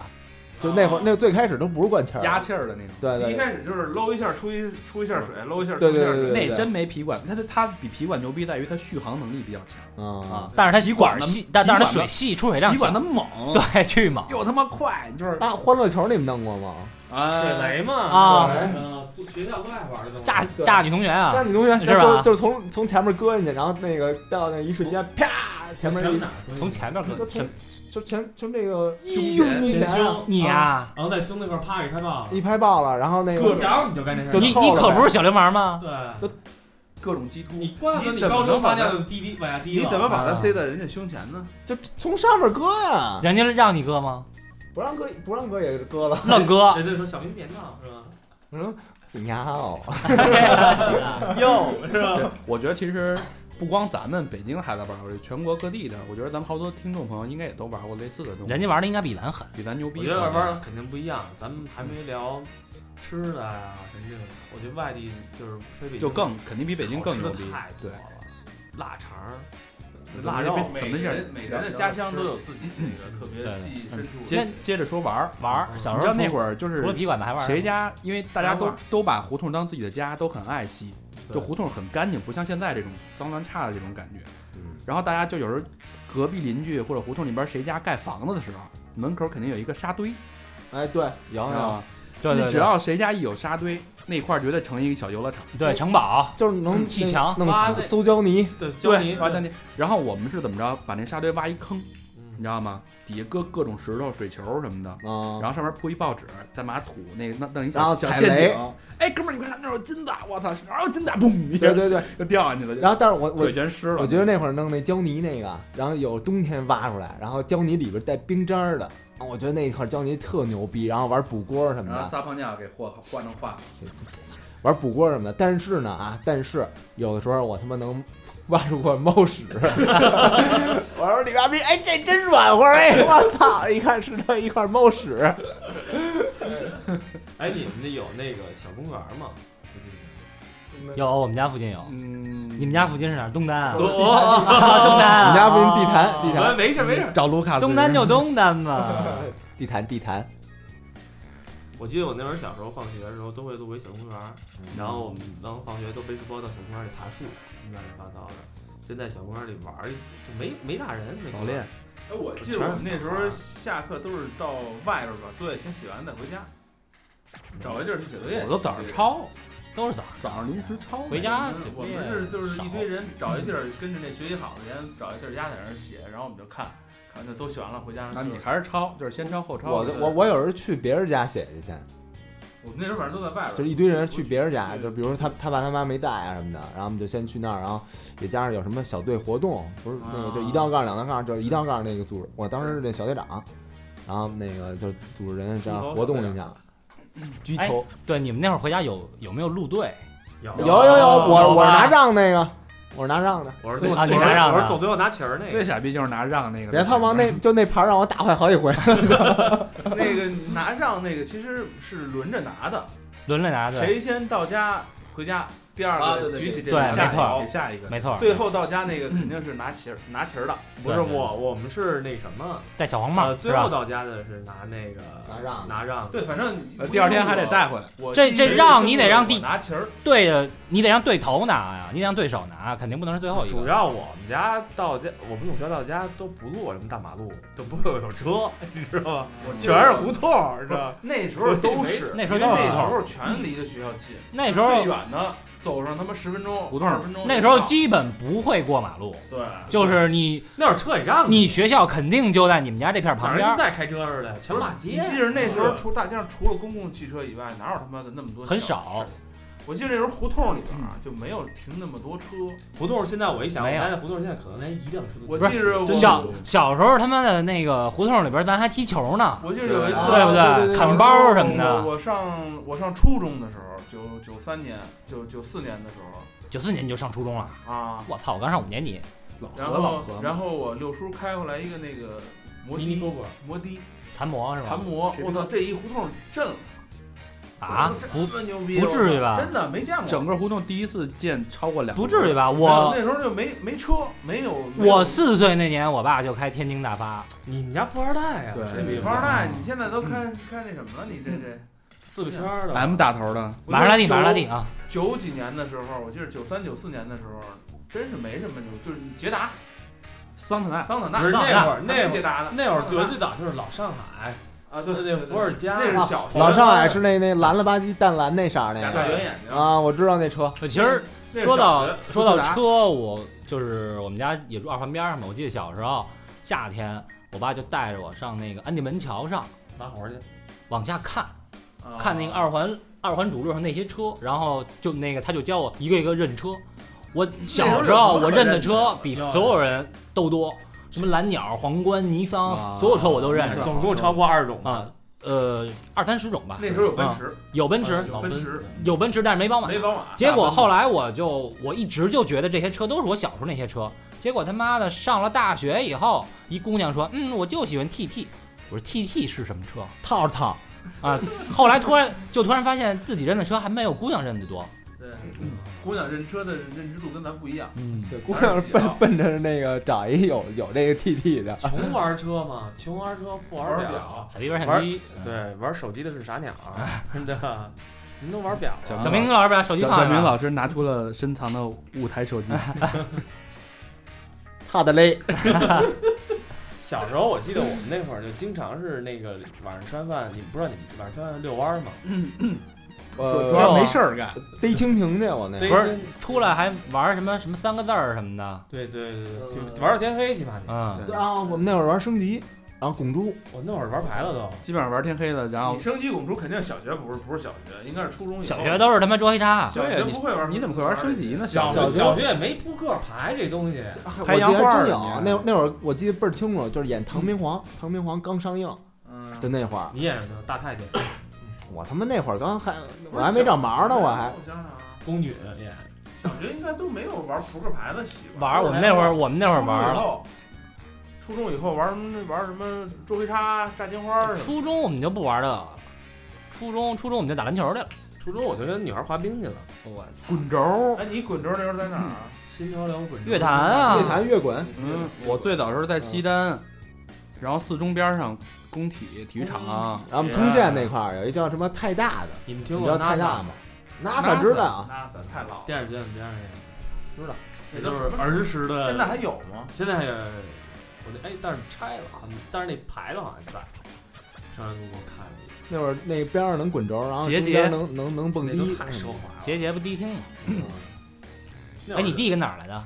Speaker 4: 就那会儿，那最开始都不是灌气儿，
Speaker 6: 压气儿的那种。
Speaker 4: 对对
Speaker 6: 一
Speaker 4: 对
Speaker 6: 开始就是搂一下出一出一下水，搂一下出一
Speaker 4: 对
Speaker 6: 下
Speaker 4: 对
Speaker 6: 水。
Speaker 4: 对对，
Speaker 2: 那真没皮管，它它比皮管牛逼在于它续航能力比较强
Speaker 4: 啊
Speaker 2: 啊，，
Speaker 3: 但是它
Speaker 2: 皮
Speaker 3: 管
Speaker 2: 管
Speaker 3: 儿
Speaker 2: 的
Speaker 3: 细，但但是它
Speaker 2: 皮
Speaker 3: 水
Speaker 2: 管
Speaker 3: 细，出水量
Speaker 2: 皮管
Speaker 3: 小
Speaker 2: 它猛，，
Speaker 3: 对，巨猛。
Speaker 2: 又他妈快，就是
Speaker 4: 那欢乐球你们弄过吗？
Speaker 2: 啊
Speaker 7: 水雷嘛
Speaker 3: 啊
Speaker 7: 嗯，学校都爱玩的东西。
Speaker 3: 炸
Speaker 4: 对
Speaker 3: 炸女同学
Speaker 4: 那
Speaker 3: 啊，
Speaker 4: 女同学
Speaker 3: 是
Speaker 4: 就
Speaker 3: 吧
Speaker 4: 就就是从从前面搁进去，然后那个掉那一瞬间，啪，前面
Speaker 7: 从
Speaker 4: 一
Speaker 7: 哪儿？
Speaker 3: 从前面
Speaker 4: 就
Speaker 3: 可
Speaker 4: 从就前从这个
Speaker 6: 胸前
Speaker 4: 胸前
Speaker 7: 胸
Speaker 4: 啊
Speaker 3: 你呀，
Speaker 7: 然后在胸那块儿啪给开爆了。
Speaker 4: 一拍爆了，然后那
Speaker 7: 过
Speaker 4: 个
Speaker 7: 桥你就干这事
Speaker 4: 就
Speaker 7: 儿。
Speaker 3: 你
Speaker 4: 透
Speaker 3: 你
Speaker 4: 了
Speaker 3: 可
Speaker 4: 呗
Speaker 3: 不是小流氓吗？
Speaker 7: 对，
Speaker 2: 各种激突，
Speaker 7: 你怪不得
Speaker 6: 你
Speaker 7: 你
Speaker 6: 怎么
Speaker 7: 高中
Speaker 6: 能把
Speaker 7: 发
Speaker 6: 它
Speaker 7: 掉的滴滴往下滴
Speaker 6: 你
Speaker 7: 了。
Speaker 6: 怎么把它
Speaker 2: 啊
Speaker 6: 塞在人家胸前呢？
Speaker 4: 就从上面搁呀，
Speaker 3: 人家让你割 吗？
Speaker 4: 不让搁不让搁也是搁了，
Speaker 3: 愣割，
Speaker 7: 人家说小明别闹是吧？
Speaker 4: 我说你丫哦，
Speaker 7: 哟是吧？
Speaker 2: 我觉得其实不光咱们北京孩子玩，我觉得全国各地的，我觉得咱们好多听众朋友应该也都玩过类似的东西，
Speaker 3: 人家玩的应该比咱狠。
Speaker 2: 比咱牛
Speaker 7: 我
Speaker 2: 逼
Speaker 7: 觉
Speaker 2: 好
Speaker 7: 得
Speaker 2: 多。
Speaker 7: 外边儿肯定不一样，咱们还没聊吃的呀，什么这个，我觉得外地就是非北京
Speaker 2: 就更肯定比北京更牛
Speaker 7: 好吃
Speaker 2: 逼
Speaker 7: 的太，多
Speaker 2: 对
Speaker 7: 了，腊肠儿、腊
Speaker 2: 腊
Speaker 7: 肉
Speaker 2: 肉，
Speaker 6: 每
Speaker 2: 怎么
Speaker 6: 个
Speaker 2: 地儿
Speaker 6: 人每个人的家乡都有自己那个特别记忆深处的。
Speaker 2: 接接着说玩儿，
Speaker 3: 玩儿小
Speaker 2: 你
Speaker 3: 时
Speaker 2: 知道
Speaker 3: 候
Speaker 2: 那
Speaker 3: 儿
Speaker 2: 会儿就是
Speaker 3: 除了皮管子还玩儿
Speaker 2: 谁
Speaker 3: 什么
Speaker 2: 家，因为大家
Speaker 7: 麻
Speaker 2: 都
Speaker 7: 花
Speaker 2: 都把胡同当自己的家，都很爱惜，
Speaker 7: 对
Speaker 2: 就胡同很干净，不像现在这种脏乱差的这种感觉。
Speaker 4: 嗯
Speaker 2: 然后大家就有时候隔壁邻居或者胡同里边谁家盖房子的时候，门口肯定有一个沙堆，
Speaker 4: 哎对，有
Speaker 7: 哦
Speaker 2: 知道
Speaker 4: 有，
Speaker 2: 吗？
Speaker 3: 对
Speaker 2: 那
Speaker 3: 对
Speaker 2: 只
Speaker 3: 对，
Speaker 2: 要谁家一有沙堆，那块儿绝对成一个小游乐场。
Speaker 3: 对城堡
Speaker 4: 就是能
Speaker 3: 嗯砌墙
Speaker 4: 弄
Speaker 7: 挖
Speaker 4: 塑
Speaker 7: 那
Speaker 4: 塑胶泥，
Speaker 7: 对，啊教
Speaker 2: 对，
Speaker 7: 你
Speaker 2: 然后在那，然后我们是怎么着？把那沙堆挖一坑，你
Speaker 7: 嗯
Speaker 2: 知道吗？底下搁各种石头、水球什么的，
Speaker 4: 嗯，
Speaker 2: 然后上面铺一报纸，再拿土那弄弄一
Speaker 4: 然后
Speaker 2: 小小
Speaker 4: 踩
Speaker 2: 陷
Speaker 4: 雷
Speaker 2: 阱。哎，哥们儿，你看那儿有金子，啊我操，哪有金子？嘣一下
Speaker 4: 对对对，
Speaker 2: 就掉下去了，
Speaker 4: 然后但是我我
Speaker 2: 嘴全湿了。
Speaker 4: 我觉得那会儿弄那胶泥那个，然后有冬天挖出来，然后胶泥里边带冰渣儿的，啊我觉得那一块胶泥特牛逼，然后玩补锅什么
Speaker 6: 然后
Speaker 4: 的，
Speaker 2: 啊
Speaker 6: 撒泡尿给和换成化了，
Speaker 4: 玩补锅什么的。但是呢啊，但是有的时候我他妈能挖出块猫屎， 我说李爸斌，哎，这真软和，哎，我操！一看是那一块猫屎，
Speaker 7: 哎，你们那有那个小公园儿 吗？
Speaker 3: 有，我们家附近有。
Speaker 2: 嗯，
Speaker 3: 你们家附近是哪儿？东单啊，
Speaker 4: 我
Speaker 7: 哦哦，
Speaker 3: 东单
Speaker 4: 我
Speaker 3: 啊。
Speaker 4: 们家附近地坛，地
Speaker 7: 哦
Speaker 4: 坛，
Speaker 7: 没事没事。
Speaker 2: 找卢卡斯
Speaker 3: 东单就东单嘛。
Speaker 4: 地坛，地坛，
Speaker 7: 我记得我那会儿小时候放学的时候都会路过一小公园儿，然后我们当放学都背书包到小公园儿里爬树，乱七八糟的。就在小公园儿里玩儿，就没没大人，那
Speaker 2: 早
Speaker 7: 公园
Speaker 2: 恋
Speaker 7: 儿。
Speaker 6: 哎，我记得我们那时候下课都是到外边儿把作业先写完再回家，找一地儿去写作业。
Speaker 2: 我都早上抄，
Speaker 3: 都是早
Speaker 2: 早上临时抄。
Speaker 3: 回家写
Speaker 6: 我
Speaker 3: 作业
Speaker 6: 们是就是
Speaker 3: 少
Speaker 6: 一堆人找一地儿，跟着那学习好的人找一地儿压在那儿写，然后我们就看，看完就都写完了回家。
Speaker 2: 那
Speaker 6: 就
Speaker 2: 你还是抄，就是先抄后抄。
Speaker 4: 我我我有时候去别人家写去先。
Speaker 6: 我们那时候反正都在外边儿，
Speaker 4: 就是一堆人去别人家，就比如说他他爸他妈没带啊什么的，然后我们就先去那儿，然后也加上有什么小队活动，不是那个就一道杠两道杠，就是一道杠那个组织，我当时是那小队长，然后那个就组织人这样活动一下，举
Speaker 3: 哎
Speaker 4: 头
Speaker 3: 对，你们那会儿回家有有没有路队？
Speaker 7: 有
Speaker 4: 有有有，
Speaker 7: 哦
Speaker 4: 我
Speaker 3: 有吧
Speaker 4: 我是拿杖那个，我是拿杖的，
Speaker 7: 我是最
Speaker 3: 啊你
Speaker 7: 我
Speaker 3: 是
Speaker 7: 是
Speaker 3: 让
Speaker 7: 我
Speaker 3: 的
Speaker 7: 是走最后拿旗儿那
Speaker 2: 最
Speaker 7: 个。
Speaker 2: 傻逼就是拿让那个。
Speaker 4: 别他妈那就那牌让我打坏好几回，
Speaker 6: 那个拿让那个其实是轮着拿的，
Speaker 3: 轮着拿对，
Speaker 6: 谁先到家回家，第二
Speaker 2: 啊
Speaker 6: 个
Speaker 2: 对对
Speaker 6: 举起这
Speaker 3: 对
Speaker 6: 个
Speaker 3: 没
Speaker 6: 下
Speaker 3: 错
Speaker 6: 条
Speaker 2: 给，下一个。
Speaker 3: 没错儿，
Speaker 6: 最后到家那个肯定是拿旗儿拿旗儿的，
Speaker 7: 不是
Speaker 3: 对对对
Speaker 7: 我，我们是那什么，
Speaker 3: 戴小黄帽
Speaker 7: 呃，
Speaker 3: 是
Speaker 7: 最后
Speaker 3: 吧？
Speaker 7: 到家的是拿那个
Speaker 4: 拿让
Speaker 7: 拿让，
Speaker 6: 对，反正
Speaker 2: 呃第二天还得带。回来。
Speaker 6: 我
Speaker 3: 这
Speaker 6: 记
Speaker 3: 这
Speaker 6: 得
Speaker 3: 让你得让
Speaker 6: 我
Speaker 3: 第
Speaker 6: 拿旗儿，
Speaker 3: 对着你得让对头拿呀，你得让对手拿，肯定不能是最后一
Speaker 7: 主
Speaker 3: 个。
Speaker 7: 要我们家到家，我们总学到家都不路过什么大马路，都不会有车， 你知道吗？
Speaker 6: 我记得
Speaker 7: 全是胡同，是
Speaker 6: 不是
Speaker 7: 吧？
Speaker 6: 那时候都是，
Speaker 3: 那时候
Speaker 6: 因为
Speaker 3: 都是
Speaker 6: 那时候全离的学校近，
Speaker 3: 那时
Speaker 6: 最
Speaker 3: 候
Speaker 6: 远的走上他妈十分钟，
Speaker 2: 胡同
Speaker 6: 二十分钟就到。
Speaker 3: 那时候基本不会过马路，
Speaker 6: 对，
Speaker 3: 就是你
Speaker 7: 那会儿车也让
Speaker 3: 你学校肯定就在你们家这片儿
Speaker 7: 哪
Speaker 3: 旁
Speaker 7: 儿
Speaker 3: 边
Speaker 7: 现
Speaker 3: 儿，
Speaker 7: 在开车似的，全马
Speaker 6: 你
Speaker 7: 街。
Speaker 6: 记着那时候除大街上除了公共汽车以外，哪有他妈的那么多
Speaker 3: 很
Speaker 6: 小
Speaker 3: 少
Speaker 6: 事？我记得那时候胡同里边啊就没有停那么多车。
Speaker 7: 胡同，现在我一想，我
Speaker 3: 没有
Speaker 7: 们家的胡同现在可能连一辆车都
Speaker 6: 我
Speaker 7: 没有
Speaker 6: 记着我
Speaker 3: 小小时候他妈的那个胡同里边儿咱还踢球呢，
Speaker 6: 我记得有一次啊，
Speaker 3: 对不
Speaker 4: 啊对对对
Speaker 3: 砍包什么
Speaker 6: 我
Speaker 3: 的，
Speaker 6: 我上我上初中的时候，九九三年、九九四年的时候
Speaker 3: 九四年你就上初中了，
Speaker 6: 啊，
Speaker 3: 我操，我刚上五年级，
Speaker 2: 老
Speaker 6: 然
Speaker 2: 何老
Speaker 6: 后
Speaker 2: 何，
Speaker 6: 然后我六叔开回来一个那个摩
Speaker 7: 迷你
Speaker 6: 的
Speaker 7: 波波，
Speaker 6: 摩的
Speaker 3: 残模是吧
Speaker 6: 残？模，我操，这一胡同震了。
Speaker 3: 啊，不
Speaker 6: 不牛逼，
Speaker 3: 不至于吧
Speaker 6: 真的没见过，
Speaker 2: 整个胡同第一次见超过两，
Speaker 3: 不至于吧？
Speaker 2: 吧？
Speaker 6: 没有
Speaker 3: 我
Speaker 6: 那时候就没没车，没有没有
Speaker 3: 我四岁那年，我爸就开天津大发，
Speaker 7: 你们家富二代啊呀，
Speaker 4: 对
Speaker 7: 这
Speaker 6: 你
Speaker 7: 地
Speaker 6: 富
Speaker 7: 方
Speaker 6: 二代，你现在都开开那什么了？你这这
Speaker 7: 四个圈儿
Speaker 6: 哎
Speaker 7: 的，
Speaker 2: M 大头的，
Speaker 3: 玛莎拉蒂，
Speaker 6: 我觉得
Speaker 3: 玛莎拉蒂啊，
Speaker 6: 九九几年的时候，我记得九三九四年的时候，真是没什么牛，就是捷达、
Speaker 2: 桑塔纳，
Speaker 6: 桑塔纳，
Speaker 7: 不是
Speaker 6: 桑塔
Speaker 7: 那
Speaker 6: 纳
Speaker 7: 会儿那会
Speaker 6: 还
Speaker 7: 儿
Speaker 6: 没捷达呢，
Speaker 7: 那会儿
Speaker 6: 桑塔纳
Speaker 7: 我最早就是老上海，
Speaker 6: 啊，对对
Speaker 7: 那
Speaker 6: 对，
Speaker 7: 伏尔加，
Speaker 6: 那
Speaker 2: 啊
Speaker 6: 是小学
Speaker 4: 老上海是那那蓝了吧唧淡蓝那色儿那
Speaker 6: 假
Speaker 4: 个
Speaker 6: 大圆眼睛，
Speaker 4: 啊，我知道那车，
Speaker 3: 其实
Speaker 6: 那是
Speaker 3: 说
Speaker 6: 小
Speaker 3: 到
Speaker 6: 学
Speaker 3: 说到
Speaker 6: 苏格兰
Speaker 3: 车，我就是我们家也住二环边上嘛。我记得小时候夏天，我爸就带着我上那个安定门桥上
Speaker 7: 打火去，
Speaker 3: 往下看，
Speaker 6: 啊
Speaker 3: 看那个二环二环主路上那些车，然后就那个他就教我一个一个认车。我小时候我认的车比所有人都多，什么蓝鸟、皇冠、尼
Speaker 4: 哇
Speaker 3: 桑，所有车我都认
Speaker 2: 是
Speaker 3: 识
Speaker 2: 吧
Speaker 7: 总共超过二种
Speaker 3: 啊。呃，二三十种吧。
Speaker 6: 那时候有奔
Speaker 3: 啊，
Speaker 6: 驰，
Speaker 3: 有
Speaker 7: 嗯
Speaker 3: 奔驰，
Speaker 6: 有奔驰，
Speaker 3: 有奔驰，但是没宝马。
Speaker 6: 没宝马，
Speaker 3: 结果后来我就我一直就觉得这些车都是我小时候那些车，结果他妈的上了大学以后，一姑娘说，嗯，我就喜欢 TT。我说 TT 是什么车
Speaker 4: 套套
Speaker 3: 啊？后来突然就突然发现自己认的车还没有姑娘认的多。
Speaker 6: 对，姑娘认车的认知度跟咱不一样，
Speaker 3: 嗯，
Speaker 4: 对，姑娘奔奔着那个找一有有这个 TT 的，
Speaker 7: 穷玩车嘛，穷玩车不玩
Speaker 6: 玩
Speaker 7: 表
Speaker 6: 表，
Speaker 3: 小弟玩相机。
Speaker 7: 对，玩手机的是傻鸟，啊真的，你们都玩表啊了
Speaker 2: 小
Speaker 3: 小明老师把手机
Speaker 2: 小
Speaker 3: 放
Speaker 2: 小
Speaker 3: 下
Speaker 2: 明
Speaker 3: 吧。
Speaker 2: 老师拿出了深藏的五 台手机，
Speaker 4: 差的嘞，
Speaker 7: 小时候我记得我们那会儿就经常是那个晚上吃完饭，你们不知道你们晚上吃完饭遛弯儿吗？
Speaker 4: 呃，
Speaker 2: 主要没事儿干。
Speaker 4: 逮蜻蜓去，我那
Speaker 7: 对
Speaker 3: 不是出来还玩什么什么三个字儿什么的。
Speaker 7: 对对对对，就
Speaker 4: 呃
Speaker 7: 玩到天黑起码你。
Speaker 3: 嗯，
Speaker 4: 对啊，我们那会儿玩升级，然后拱珠，
Speaker 7: 我那会儿玩牌了都，
Speaker 2: 基本上玩天黑了，然
Speaker 4: 啊
Speaker 2: 后
Speaker 6: 你升级拱出肯定小学不是不是小学，应该是初中以后。
Speaker 3: 小学都是他妈捉黑叉。
Speaker 6: 小学不会玩，
Speaker 2: 你怎么会玩升级呢？
Speaker 7: 小
Speaker 2: 时候
Speaker 4: 小
Speaker 7: 学小学也没扑克牌这东西，
Speaker 4: 我
Speaker 2: 拍
Speaker 4: 记得
Speaker 2: 洋画
Speaker 4: 还
Speaker 2: 儿
Speaker 4: 真有
Speaker 2: 呢，
Speaker 4: 那那会儿我记得倍儿清楚，就是演《唐明皇》，《唐明皇》刚上映，
Speaker 6: 嗯，
Speaker 4: 就那会儿，
Speaker 7: 你演什么大太监、
Speaker 4: 我他妈那会儿刚还我还没长毛呢，我还
Speaker 6: 我想想啊，
Speaker 7: 宫女演，
Speaker 6: 小学应该都没有玩扑克牌的习惯。
Speaker 3: 玩儿我们那会儿，我们那会儿
Speaker 6: 初中
Speaker 3: 玩
Speaker 6: 以
Speaker 3: 儿。
Speaker 6: 后，初中以后玩什么玩什么捉黑叉、炸金花什么。
Speaker 3: 初中我们就不玩这个了，初中初中我们就打篮球去了。
Speaker 7: 初中我就跟女孩滑冰去了，
Speaker 3: 我操！
Speaker 2: 滚轴。
Speaker 6: 哎，你滚轴那时候在哪儿啊？
Speaker 7: 新潮流滚
Speaker 3: 乐坛啊
Speaker 4: 乐坛越滚，
Speaker 2: 嗯，我最早时候在西单，然后四中边上工体体育
Speaker 7: 啊
Speaker 2: 场，
Speaker 4: 然后我们通县那块儿有一叫什么太大的，
Speaker 7: 你们听
Speaker 4: 你
Speaker 7: 过
Speaker 4: 知道太
Speaker 7: NASA
Speaker 4: 大
Speaker 7: 吗？
Speaker 4: 吗？NASA 知道啊，
Speaker 6: 那咱太老了，
Speaker 7: 电视剧电视剧，
Speaker 6: 那
Speaker 7: 这
Speaker 6: 都
Speaker 7: 都
Speaker 6: 是
Speaker 7: 是儿时的。
Speaker 6: 现在还有吗？
Speaker 7: 现在还有我那哎，但是拆了，好像但是那牌子好像在。上回给我看了，
Speaker 4: 那会儿那边上能滚轴，然后
Speaker 2: 结
Speaker 4: 中
Speaker 2: 节
Speaker 4: 间能能能蹦
Speaker 7: 那都
Speaker 4: 迪，嗯
Speaker 7: 太奢华了。
Speaker 3: 杰杰不迪厅吗？
Speaker 7: 那会
Speaker 3: 哎，
Speaker 7: 儿
Speaker 3: 你弟跟哪儿来的？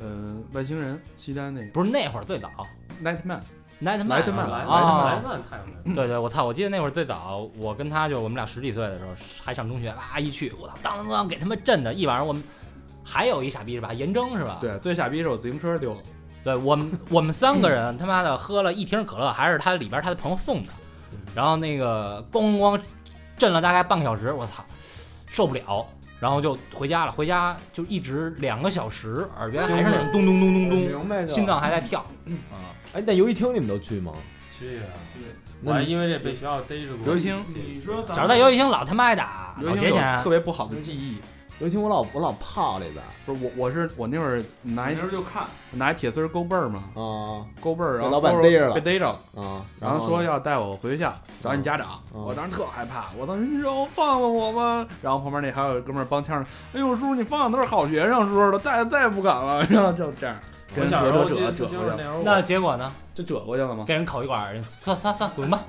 Speaker 2: 呃，外星人西单那个
Speaker 3: 不是那会儿最早
Speaker 2: Nightman，
Speaker 3: Nightman
Speaker 7: 莱曼，
Speaker 3: 啊
Speaker 7: 莱曼太有名。
Speaker 3: 对对，我操！我记得那会儿最早，我跟他就我们俩十几岁的时候，还上中学，哇一去，我操，当当当，给他们震的一晚上。我们还有一傻逼是吧？严征是吧？
Speaker 2: 对，最傻逼是我自行车丢了，
Speaker 3: 对，我们我们三个人他妈的喝了一瓶可乐，还是他里边他的朋友送的，
Speaker 2: 嗯
Speaker 3: 然后那个咣咣震了大概半个小时，我操，受不了，然后就回家了。回家就一直两个小时，耳边还是那种咚咚咚咚
Speaker 2: 哎
Speaker 3: 咚，
Speaker 4: 明白就
Speaker 3: 心脏还在跳。
Speaker 4: 哎，那游戏厅你们都去吗？
Speaker 7: 去啊！我
Speaker 4: 那
Speaker 7: 还
Speaker 4: 你
Speaker 7: 因为这被学校逮着过。
Speaker 2: 游戏厅
Speaker 6: 你说
Speaker 2: 哎
Speaker 6: 咱
Speaker 3: 小时候在游戏厅老他妈挨打，
Speaker 4: 嗯
Speaker 2: 有
Speaker 3: 老
Speaker 2: 一
Speaker 3: 节
Speaker 2: 种
Speaker 3: 钱
Speaker 4: 啊
Speaker 2: 特。别不好的记忆。
Speaker 4: 游戏厅我老我老泡里边
Speaker 2: 不是我，我是我那会儿拿
Speaker 6: 那
Speaker 2: 一
Speaker 4: 嗯
Speaker 6: 时候就看，
Speaker 2: 拿一铁丝儿勾背儿嘛，
Speaker 4: 啊
Speaker 2: 勾背儿，然后
Speaker 4: 被老板
Speaker 2: 勾着
Speaker 4: 逮着了
Speaker 2: 被逮着，
Speaker 4: 啊，
Speaker 2: 然后说
Speaker 4: 呢
Speaker 2: 要带我回学校找你家长，
Speaker 4: 嗯
Speaker 2: 我当时特害怕，我当时你让我放了我吗？然后旁边那还有哥们儿帮腔儿，哎呦叔叔你放的都是好学生，叔叔的，再再也不敢了，然后就这样
Speaker 7: 我
Speaker 2: 跟
Speaker 7: 小
Speaker 2: 折
Speaker 7: 时候
Speaker 2: 折
Speaker 7: 记得
Speaker 2: 折折
Speaker 7: 就
Speaker 2: 过
Speaker 7: 是
Speaker 2: 去
Speaker 7: 那
Speaker 2: 了，
Speaker 7: 时候
Speaker 3: 那结果呢？
Speaker 2: 就折过去了吗？
Speaker 3: 给人烤一管儿，算算算，滚吧！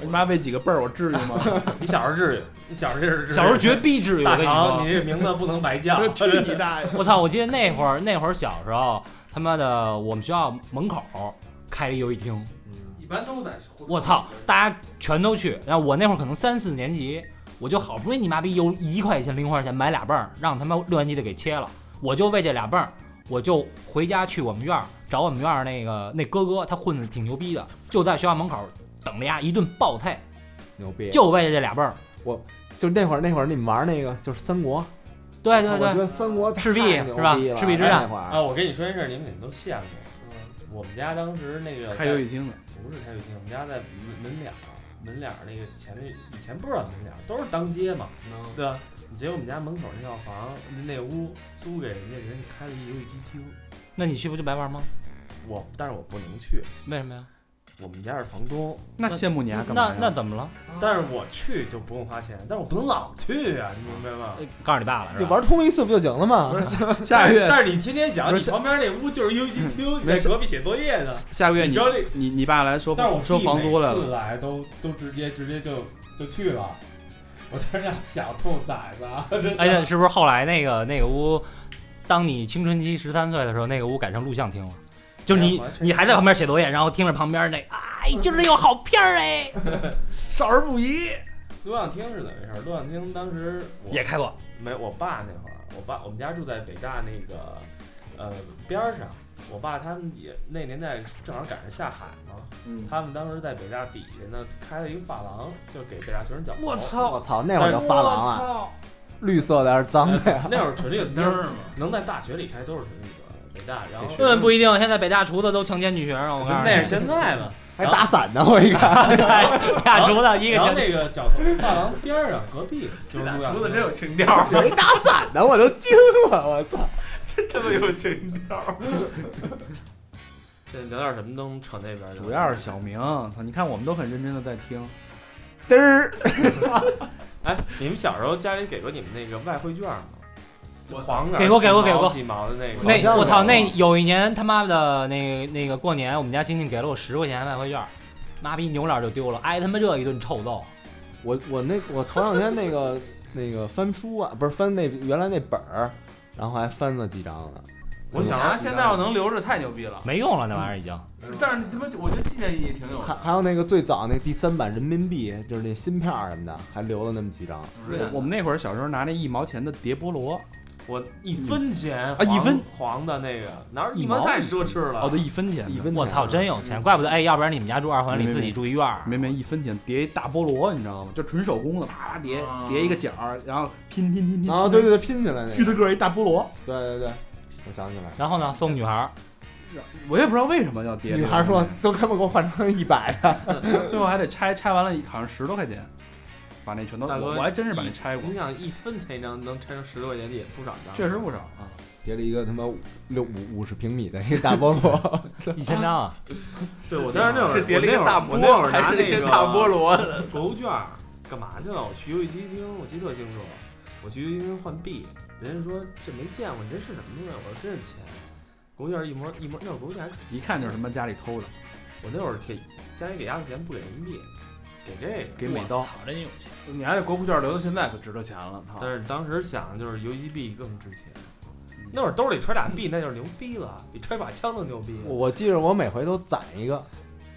Speaker 2: 你妈喂几个辈儿，我至 于吗？
Speaker 7: 你小时候至于？你小时候至于？
Speaker 3: 小时候绝逼至于，我
Speaker 7: 大
Speaker 3: 跟你
Speaker 7: 肠，
Speaker 3: 说
Speaker 7: 你。这名字不能白叫。
Speaker 2: 去你大爷！
Speaker 3: 我操！我记得那会儿，那会儿小时候，他妈的，我们学校门口开了一游戏厅，
Speaker 6: 一般都在。
Speaker 3: 我操，大家全都去。然后我那会儿可能三四年级，我就好不容易你妈逼有一块钱零花钱买俩泵儿，让他妈六年级的给切了。我就为这俩泵儿，我就回家去我们院儿找我们院儿那个那哥哥，他混的挺牛逼的，就在学校门口等着呀，一顿暴菜，
Speaker 4: 牛逼，
Speaker 3: 就为这俩泵儿。
Speaker 4: 就那会儿那会儿你们玩那个就是三国，
Speaker 3: 对对
Speaker 4: 我觉
Speaker 3: 对，
Speaker 4: 得三国
Speaker 3: 赤壁
Speaker 4: 太牛
Speaker 3: 是吧
Speaker 4: 逼了
Speaker 3: 赤壁之
Speaker 4: 哎
Speaker 3: 战哦
Speaker 4: 那会儿
Speaker 7: 啊，我跟你说一事儿，你们肯定都羡慕。我们家当时那个
Speaker 2: 开游戏厅的，
Speaker 7: 不是开游戏厅，我们家在门门脸儿，门脸儿那个前面，以前不知道门脸儿，都是当街嘛，对
Speaker 2: 啊
Speaker 7: 吧？结果我们家门口那套房那屋租给人家，人家开了一游戏机厅，
Speaker 3: 那你去不就白玩吗？
Speaker 7: 我但是我不能去，
Speaker 3: 为什么呀？
Speaker 7: 我们家是房东，
Speaker 2: 那羡慕你啊，干嘛
Speaker 3: 那
Speaker 2: 呀？
Speaker 3: 那怎么了？
Speaker 7: 但是我去就不用花钱，但是我不能老去啊，你明白吗？
Speaker 3: 告诉你爸了是
Speaker 4: 就
Speaker 3: 吧？
Speaker 4: 玩通一次不就行了吗？
Speaker 2: 下个月
Speaker 7: 但是你天天想，
Speaker 2: 不
Speaker 7: 你
Speaker 2: 是
Speaker 7: 旁边那屋就是游戏机厅，
Speaker 2: 没
Speaker 7: 在
Speaker 2: 事
Speaker 7: 隔壁写作业呢。
Speaker 2: 下个月
Speaker 7: 你
Speaker 2: 你
Speaker 7: 知道这
Speaker 2: 你你爸来收
Speaker 7: 但是我
Speaker 2: 收
Speaker 7: 弟
Speaker 2: 房租来
Speaker 7: 每
Speaker 2: 了
Speaker 7: 次，来都都直接直接就就去了。我当时想臭崽子 啊，真的
Speaker 3: 哎呀，是不是后来那个那个屋，当你青春期十三岁的时候，那个屋改成录像厅了？就
Speaker 7: 哎
Speaker 3: 你
Speaker 7: 呀我还，真嗯
Speaker 3: 你还在旁边写作业，然后听着旁边那，哎，今儿有好片儿哎，少儿不宜
Speaker 7: 录像厅是怎么回事儿？录像厅当时我
Speaker 3: 也开过，
Speaker 7: 没我爸那会儿，我爸我们家住在北大那个呃边儿上，我爸他们也那年代正好赶上下海嘛，
Speaker 4: 嗯
Speaker 7: 他们当时在北大底下呢开了一个发廊，就给北大学生讲。呃
Speaker 4: 我操！我操！那
Speaker 7: 会
Speaker 4: 会
Speaker 7: 儿
Speaker 4: 儿
Speaker 7: 叫
Speaker 4: 叫
Speaker 7: 发
Speaker 4: 发
Speaker 7: 廊
Speaker 4: 廊啊，绿色的还是脏的呀？
Speaker 7: 那会儿纯绿
Speaker 6: 那
Speaker 7: 能
Speaker 6: 儿嘛，
Speaker 7: 能在大学里开都是纯绿的，北大，然后
Speaker 4: 是
Speaker 3: 嗯，不一定。现在北大厨子都强奸女学生，我告诉
Speaker 7: 那是
Speaker 3: 你，
Speaker 7: 现在嘛，
Speaker 4: 还打伞呢，我一看。
Speaker 3: 哎大厨子一个
Speaker 7: 然后
Speaker 3: 强，
Speaker 7: 那个角头发廊边儿上隔 壁就是录像
Speaker 6: 竹子
Speaker 7: 厅
Speaker 6: 真，有情调，
Speaker 4: 有一打伞的，我都惊了，我操！
Speaker 6: 他妈有情调。
Speaker 7: 这聊点什么都能扯那边儿去。
Speaker 2: 主要是小明，操！你看我们都很认真的在听，
Speaker 4: 嘚儿，
Speaker 7: 哎，你们小时候家里给过你们那个外汇券吗？
Speaker 6: 我
Speaker 7: 黄的
Speaker 3: 给过给过给过
Speaker 7: 几毛的那个。
Speaker 4: 好像
Speaker 3: 那我操，
Speaker 4: 有
Speaker 3: 那有一年他妈的那那个过年，我们家亲戚给了我十块钱外汇券，妈逼扭脸就丢了，挨他妈这一顿臭揍。
Speaker 4: 我我那我头两天那个 那个翻书啊，不是翻那原来那本儿，然后还翻了几张呢。
Speaker 7: 我 想
Speaker 6: 啊，现在要能留着太牛逼了。
Speaker 3: 没用了，那玩意儿已经。
Speaker 6: 但是他妈，我觉得纪念意义挺有
Speaker 4: 还
Speaker 6: 的。
Speaker 4: 还有那个最早那第三版人民币，就是那芯片儿什么的，还留了那么几张。
Speaker 6: 对
Speaker 7: 啊
Speaker 2: 我们那会儿小时候拿那一毛钱的叠菠萝，
Speaker 7: 我一分钱
Speaker 2: 啊一分
Speaker 7: 黄的那个，哪有
Speaker 2: 一
Speaker 7: 一毛
Speaker 2: 毛
Speaker 7: 太奢侈了。
Speaker 2: 哦，对，一分钱
Speaker 4: 一
Speaker 2: 的，
Speaker 4: 分钱
Speaker 3: 我操，真有钱，怪不得哎，要不然你们家住二环
Speaker 2: 没
Speaker 3: 里，
Speaker 2: 没
Speaker 3: 自己
Speaker 2: 没
Speaker 3: 住一院儿。
Speaker 2: 没没一分钱叠一大菠萝，你知道吗？就纯手工的，啪啪叠叠一个角儿，然后拼拼拼拼
Speaker 4: 啊！对对，对，拼起来那
Speaker 2: 巨
Speaker 4: 个。
Speaker 2: 大个儿一大菠萝，
Speaker 4: 对对对，我想起来。了。
Speaker 3: 然后呢，送女孩儿，
Speaker 2: 我也不知道为什么要叠。
Speaker 4: 女孩说：“都他妈给我换成一百的。
Speaker 2: 最后还得拆，拆完了好像十多块钱，把那全都，
Speaker 7: 大哥
Speaker 2: 我我还真是把那拆过
Speaker 7: 你，想一分钱一张，能拆成十多块钱的也不少张。
Speaker 2: 确实不少啊。”
Speaker 4: 叠了一个他妈五六五五十平米的一个大菠 萝，
Speaker 3: 一千张啊，
Speaker 7: 对我当时那会儿
Speaker 6: 是叠了一个大菠
Speaker 7: 我那会儿我那会儿拿
Speaker 6: 还是
Speaker 7: 那
Speaker 6: 一
Speaker 7: 个
Speaker 6: 个大菠萝的？
Speaker 7: 国库券儿干嘛去了？我去游戏机厅，我记得特清楚。我去游戏机厅换币，人家说这没见过，你这是什么东西？啊我说真是钱。国库券儿一模一模，那会儿国库券儿还
Speaker 2: 一看就是他妈家里偷的，
Speaker 7: 我那会儿贴家里给压岁钱不给人民币，给这个
Speaker 2: 给美刀。
Speaker 3: 真有钱。
Speaker 6: 你还这国库券留到现在可值着钱了，操！
Speaker 7: 但是当时想的就是游戏币更值钱，
Speaker 6: 嗯
Speaker 7: 那会儿兜里揣俩币那就是牛逼了，比揣把枪都牛逼。
Speaker 4: 我我记着我每回都攒一个，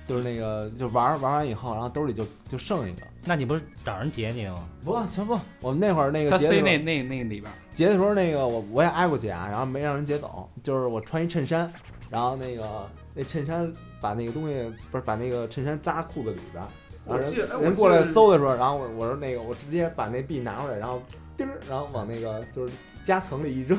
Speaker 4: 就是那个就玩儿玩完以后，然后兜里就就剩一个。
Speaker 3: 那你不是找人劫你的吗？
Speaker 4: 不，全不，我们那会儿那
Speaker 2: 他
Speaker 4: 个结的
Speaker 2: 塞
Speaker 4: 时候
Speaker 2: 那那那里边儿，
Speaker 4: 结的时候，那个我我也挨过劫啊，然后没让人劫走，就是我穿一衬衫，然后那个那衬衫把那个东西不是把那个衬衫扎裤子里边儿，然后
Speaker 6: 我记得哎
Speaker 4: 人
Speaker 6: 我
Speaker 4: 人
Speaker 6: 记
Speaker 4: 过来
Speaker 6: 得
Speaker 4: 搜的时候，然后我我说那个我直接把那币拿出来，然后叮儿，然后往那个就是夹层里 一扔，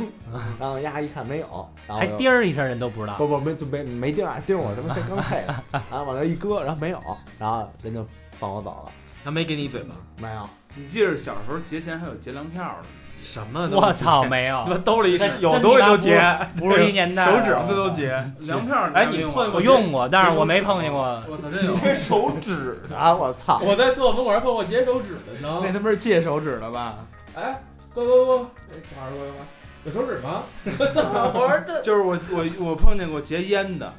Speaker 4: 然后丫一看没有，然后
Speaker 3: 还
Speaker 4: 我就
Speaker 3: 叮儿一声，人都不知道。
Speaker 4: 不不没就没没地儿啊，地儿我他妈才刚配 的，然后往那一搁，然后没有，然后人就放我走了，
Speaker 7: 他没给你一嘴巴，
Speaker 4: 没有，
Speaker 6: 你记着小时候节前还有节粮票呢，
Speaker 7: 什么都没给？
Speaker 3: 我 操，没有
Speaker 7: 他，妈兜里
Speaker 3: 真
Speaker 7: 有东西都劫，
Speaker 3: 不是一年代
Speaker 7: 手
Speaker 3: 的。
Speaker 7: 指头都劫。
Speaker 6: 粮票
Speaker 7: 哎
Speaker 6: 你还没
Speaker 7: 你碰
Speaker 3: 我
Speaker 6: 过？
Speaker 3: 用过，但是我没碰见过。
Speaker 6: 我操，真有！
Speaker 4: 手指啊，我操！
Speaker 7: 我在厕所门口还碰过截手指的
Speaker 2: 那
Speaker 7: 呢。
Speaker 2: 他妈是借手指的吧？
Speaker 7: 哎，过过过，哎，小孩过过，有手指吗？我说这
Speaker 6: 就是我我我碰见过截烟的，